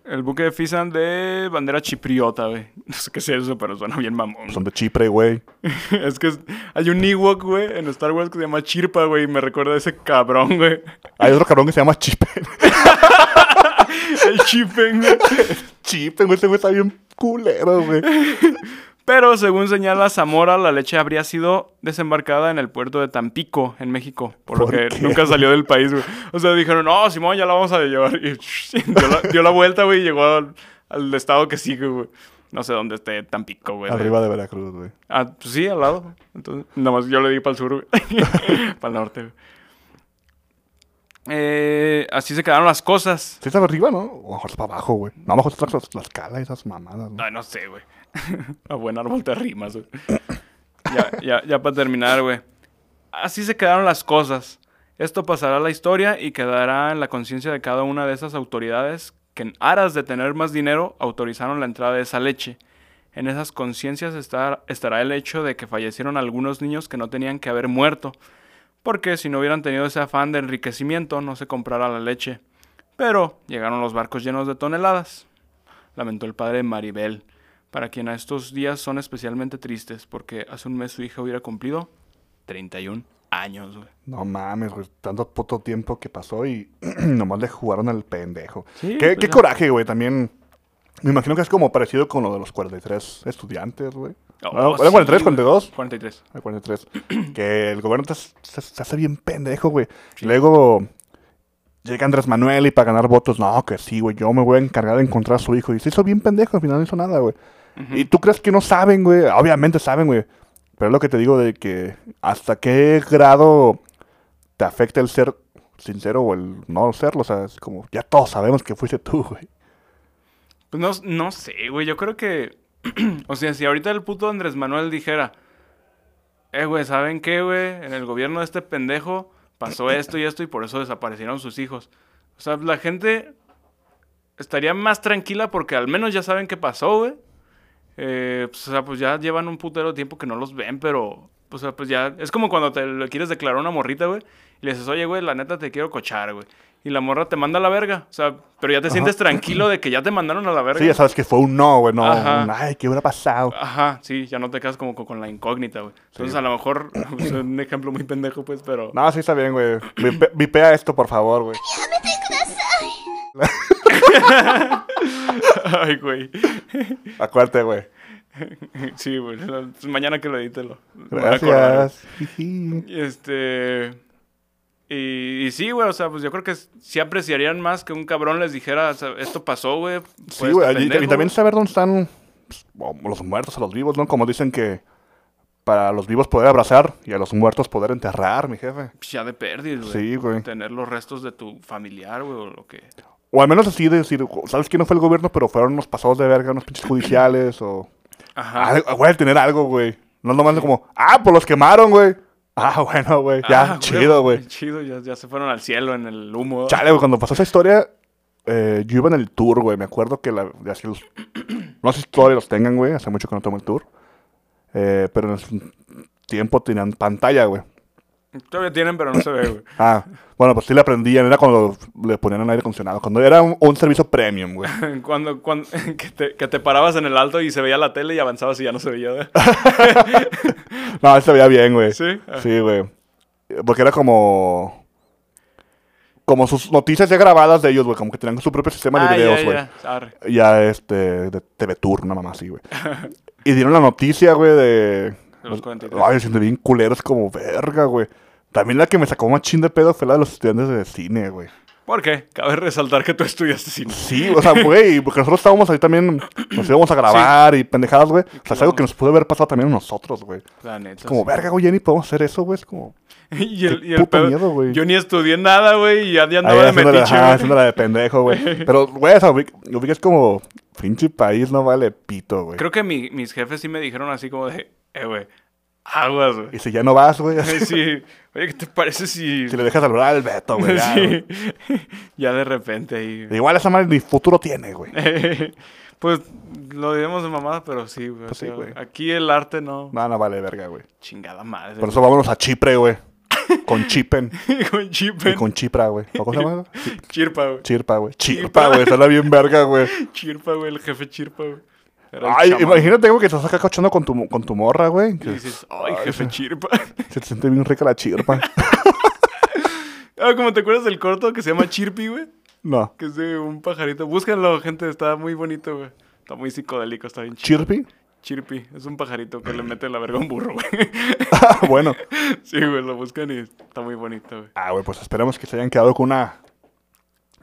El buque Fisant de bandera chipriota, güey. *laughs* No sé qué sea eso, pero suena bien mamón. Son de Chipre, güey. *laughs* Es que es- hay un Ewok, güey, en Star Wars que se llama Chirpa, güey, y me recuerda a ese cabrón, güey. *laughs* Hay otro cabrón que se llama *laughs* Chipen. El Chipen, güey. Chipen, güey. Ese güey está bien culero, güey. Pero según señala Zamora, la leche habría sido desembarcada en el puerto de Tampico, en México, por, lo ¿Por que qué? nunca salió del país, güey. O sea, dijeron, no, Simón, ya la vamos a llevar. Y *laughs* dio la, dio la vuelta, güey, y llegó al, al estado que sigue, güey. No sé dónde esté Tampico, güey. Arriba de Veracruz, güey. Ah, pues sí, al lado. Entonces, nada más yo le di para el sur, güey. *laughs* para el norte, güey. Eh, así se quedaron las cosas. Sí, está arriba, ¿no? O a lo mejor está para abajo, güey. No, a lo mejor está tras las calas, esas mamadas, güey. Ay, no sé, güey. *laughs* A buen árbol te rimas, güey. ya, ya, ya para terminar, güey. Así se quedaron las cosas. Esto pasará a la historia y quedará en la conciencia de cada una de esas autoridades que en aras de tener más dinero autorizaron la entrada de esa leche. En esas conciencias estar- estará el hecho de que fallecieron algunos niños que no tenían que haber muerto, porque si no hubieran tenido ese afán de enriquecimiento no se comprara la leche. Pero llegaron los barcos llenos de toneladas lamentó el padre de Maribel, para quien a estos días son especialmente tristes, porque hace un mes su hija hubiera cumplido 31 años, güey. No mames, güey. Tanto puto tiempo que pasó y *clears throat* nomás le jugaron al pendejo. Sí, qué pues qué ya. coraje, güey. También me imagino que es como parecido con lo de los 43 estudiantes, güey. Oh, Ah, ¿Eran 43, sí, 42? 43. Al 43. *clears throat* que el gobierno te- se, se hace bien pendejo, güey. Luego llega Andrés Manuel y para ganar votos, no, que sí, güey, yo me voy a encargar de encontrar a su hijo. Y se hizo bien pendejo, al final no hizo nada, güey. Y tú crees que no saben, güey. Obviamente saben, güey. Pero es lo que te digo de que hasta qué grado te afecta el ser sincero o el no serlo. O sea, es como, ya todos sabemos que fuiste tú, güey. Pues no, no sé, güey. Yo creo que. *clears throat* o sea, si ahorita el puto Andrés Manuel dijera. Eh, güey, ¿saben qué, güey? En el gobierno de este pendejo pasó esto y esto y por eso desaparecieron sus hijos. O sea, la gente estaría más tranquila porque al menos ya saben qué pasó, güey. Eh, pues, o sea, pues ya llevan un putero de tiempo que no los ven, pero. O sea, pues ya. Es como cuando te le quieres declarar a una morrita, güey. Y le dices, oye, güey, la neta te quiero cochar, güey. Y la morra te manda a la verga. O sea, pero ya te sientes tranquilo de que ya te mandaron a la verga. Sí, ya sabes que fue un no, güey. No, Ajá. un, ay, ¿qué hubiera pasado? Ajá, sí, ya no te quedas como co- con la incógnita, güey. Entonces, a lo *laughs* mejor, pues, es un ejemplo muy pendejo, pues, pero... No, sí está bien, güey. Vipe- Vipea esto, por favor, güey. *laughs* Ay, güey. Acuérdate, güey. Sí, güey. la- Mañana que lo edite lo. me voy a Pues acordar. Gracias. Jiji. Este. Y, y sí, güey, o sea, pues yo creo que sí apreciarían más que un cabrón les dijera, o sea, esto pasó, güey. Sí, fue güey. este Y, y pendejo". también saber dónde están pues, o los muertos o los vivos, ¿no? Como dicen que para los vivos poder abrazar y a los muertos poder enterrar, mi jefe. pues, Ya de perdiz, güey. Sí, güey. Tener los restos de tu familiar, güey, o lo que. O al menos así de decir, ¿sabes que no fue el gobierno? Pero fueron unos pasados de verga, unos pinches judiciales o... Ajá. Al- ah, Güey, tener algo, güey. No nomás como, ah, pues los quemaron, güey. Ah, *laughs* bueno, güey. Ah, Ya, güey, chido, güey. Chido, ya, ya se fueron al cielo en el humo. Chale, güey, cuando pasó esa historia, eh, yo iba en el tour, güey. Me acuerdo que la, de así los- *clears throat* no sé si todavía los tengan, güey. Hace mucho que no tomo el tour. Eh, pero en ese tiempo tenían pantalla, güey. Todavía tienen, pero no se ve, güey. Ah, bueno, pues sí le aprendían. Era cuando le ponían el aire acondicionado. Cuando era un, un servicio premium, güey. *laughs* *laughs* Cuando, cuando que, te, que te parabas en el alto y se veía la tele y avanzabas y ya no se veía. güey. No, se veía bien, güey. ¿Sí? Ah. Sí, güey. Porque era como... Como sus noticias ya grabadas de ellos, güey. Como que tenían su propio sistema de Ah, videos, ya, güey. ya. Arre. ya este de TV Tour, una mamá así, güey. y dieron la noticia, güey, de Los 43. Ay, siento bien culeros como verga, güey. También la que me sacó más chin de pedo fue la de los estudiantes de cine, güey. ¿Por qué? Cabe resaltar que tú estudiaste cine. Sí, o sea, güey, *laughs* porque nosotros estábamos ahí también, nos íbamos a grabar y pendejadas, güey. O sea, es algo que nos pudo haber pasado también a nosotros, güey. La neta. Como, sí. *laughs* verga, güey, ya ni podemos hacer eso, güey. Es como... Y el, Qué y el puto pedo- miedo, güey. Yo ni estudié nada, güey, y ya, ya Ahí andaba de haciéndola- metiche, ajá, güey. haciéndola de pendejo, *laughs* güey. Pero, güey, o sea, ubic- ubicas como... Pinche país no vale pito, güey. Creo que mi- mis jefes sí me dijeron así como de, eh, güey, *laughs* aguas, güey. Y si ya no vas, güey, Eh, Sí, oye, ¿qué te *laughs* parece si... *laughs* Si le dejas hablar al Beto, güey. ya, güey. Sí. *laughs* ya de repente ahí... Igual esa madre ni futuro tiene, güey. *laughs* pues lo diremos de mamada, pero sí, güey. Pues o sí, sea, güey. Aquí el arte no... No, no vale verga, güey. Chingada madre. Por eso vámonos a Chipre, *laughs* güey. Con Chipen. güey. *laughs* con Y chipen. con Chipra, güey. ¿O ¿Cómo se llama? *laughs* Chirpa, güey. Chirpa, güey. Chirpa, güey. Suena bien verga, güey. Chirpa, güey, el jefe chirpa, güey. Era el Ay, chamán. imagínate, güey, que estás acá cochando con tu, con tu morra, güey. Y Que dices, ay, jefe chirpa. *laughs* Se te siente bien rica la chirpa. *laughs* ah, como te acuerdas del corto que se llama Chirpi, güey. No. Que es de un pajarito. Búscalo, gente. Está muy bonito, güey. Está muy psicodélico. Está bien chido. ¿Chirpi? *laughs* Chirpi. Es un pajarito que le mete la verga a un burro, güey. *laughs* Ah, bueno. sí, güey. Lo buscan y está muy bonito, güey. Ah, güey, pues esperemos que se hayan quedado con una.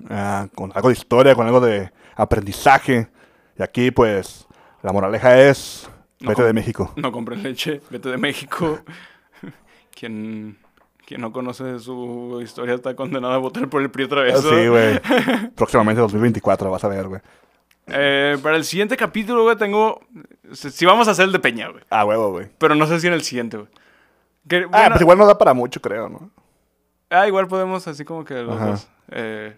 ah, con algo de historia, con algo de aprendizaje. Y aquí, pues, la moraleja es. Vete com- de México. No compren leche. Vete de México. *laughs* quien, quien no conoce su historia está condenado a votar por el PRI otra vez. Ah, ¿no? Sí, güey. Próximamente 2024, vas a ver, güey. Eh, para el siguiente capítulo, güey, tengo... Si si vamos a hacer el de Peña, güey. Ah, huevo, güey. Pero no sé si en el siguiente, güey. Que, Ah, bueno, pues igual no da para mucho, creo, ¿no? Ah, igual podemos así como que los Ajá. dos. Eh,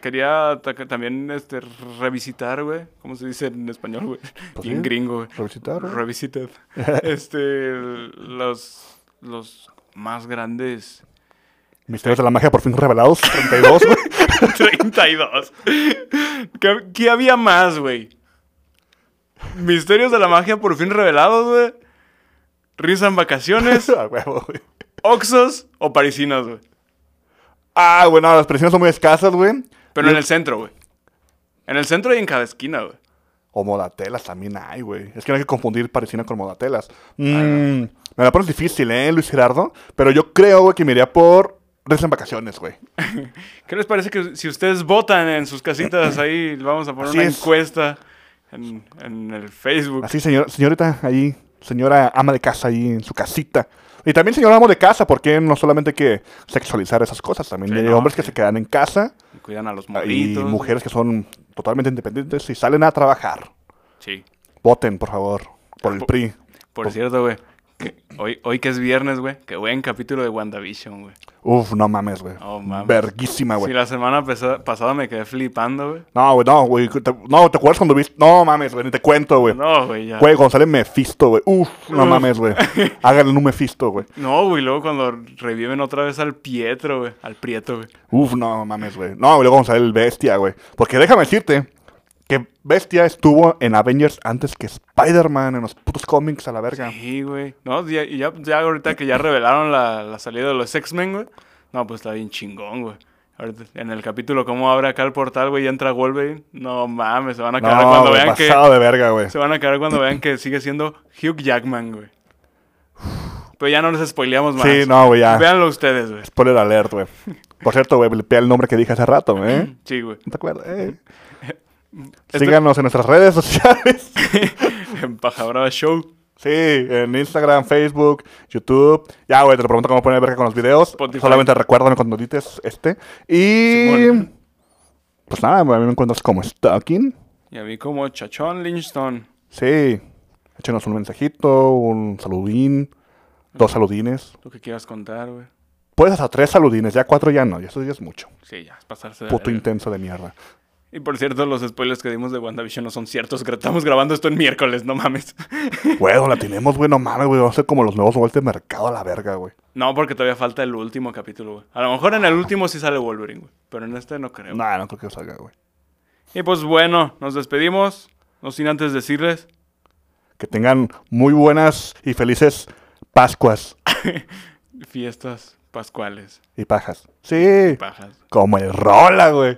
quería ta- que también este, revisitar, güey. ¿Cómo se dice en español, güey? Pues Bien sí, gringo, güey. revisitar, güey. *laughs* Revisited. este, los, los más grandes. Misterios de la magia por fin revelados, 32, güey. *laughs* 32. ¿Qué, qué había más, güey? Misterios de la magia por fin revelados, güey. Risa en vacaciones. *laughs* ah, huevo, güey. Oxos o parisinos, güey. Ah, bueno, las presiones son muy escasas, güey. Pero en el centro, güey. En el centro y en cada esquina, güey. O modatelas también hay, güey. Es que no hay que confundir parisina con modatelas. Mm, me la pones difícil, ¿eh, Luis Gerardo? Pero yo creo, güey, que me iría por Reza en vacaciones, güey. ¿Qué les parece que si ustedes votan en sus casitas ahí, vamos a poner Así una es. encuesta en, en el Facebook? Así, señor, señorita, ahí, señora ama de casa, ahí en su casita. Y también, señor ama de casa, porque no solamente hay que sexualizar esas cosas, también Sí, hay no, hombres que se quedan en casa Y Cuidan a los y morritos. mujeres que son totalmente independientes y salen a trabajar. Sí. Voten, por favor, por el po- PRI. Por cierto, güey. que Hoy, hoy que es viernes, güey. Qué buen capítulo de WandaVision, güey. Uf, no mames, güey. No mames. Verguísima, Si güey. la semana pesa- pasada me quedé flipando, güey. No, güey, no, güey. te- No, ¿te acuerdas cuando viste? No mames, güey, ni te cuento, güey. No, güey, ya. Güey, González Mephisto, güey. Uf, no Uf. mames, güey. Háganle un Mephisto, güey. No, güey, luego cuando reviven otra vez al Pietro, güey. Al Prieto, güey. Uf, no mames, güey. No, luego vamos a ver el Bestia, güey. Porque déjame decirte que Bestia estuvo en Avengers antes que Spider-Man en los putos cómics a la verga. Sí, güey. No, ya, y ya, ya ahorita que ya revelaron la, la salida de los X-Men, güey. No, pues está bien chingón, güey. Ahorita, En el capítulo, cómo abre acá el portal, güey, y entra Wolverine. No mames, se van a No, cagar cuando güey, vean que. pasado de verga, güey. Se van a cagar cuando vean que sigue siendo Hugh Jackman, güey. Pero ya no les spoileamos más. Sí, no, güey, ya. Véanlo ustedes, güey. Spoiler alert, güey. Por cierto, güey, blipea el nombre que dije hace rato, *clears throat* ¿eh? Sí, güey. *laughs* ¿No te acuerdas? Eh. Este- Síganos en nuestras redes sociales. En Paja Brava Show. Sí, en Instagram, Facebook, YouTube. Ya, güey, te lo pregunto cómo poner verga con los videos. Spotify. Solamente recuérdame cuando edites este. Y. Simón. Pues nada, a mí me encuentras como Stalking. Y a mí como Chachón Lynchstone. Sí. Échenos un mensajito, un saludín, dos saludines. Lo que quieras contar, güey. Puedes hasta tres saludines, ya cuatro ya no, ya eso ya es mucho. Sí, ya, es pasarse de Puto verga. intenso de mierda. Y por cierto, los spoilers que dimos de WandaVision no son ciertos. gra- Estamos grabando esto en miércoles, no mames. *laughs* Güey, la tenemos, güey, no mames, güey. Vamos a ser como los nuevos vueltas de mercado a la verga, güey. No, porque todavía falta el último capítulo, güey. A lo mejor en el último sí sale Wolverine, güey. Pero en este no creo. Nah, no creo que salga, güey. Y pues bueno, nos despedimos. No sin antes decirles. Que tengan muy buenas y felices Pascuas Fiestas pascuales. y pajas. Sí, Pajas. como el rola, güey.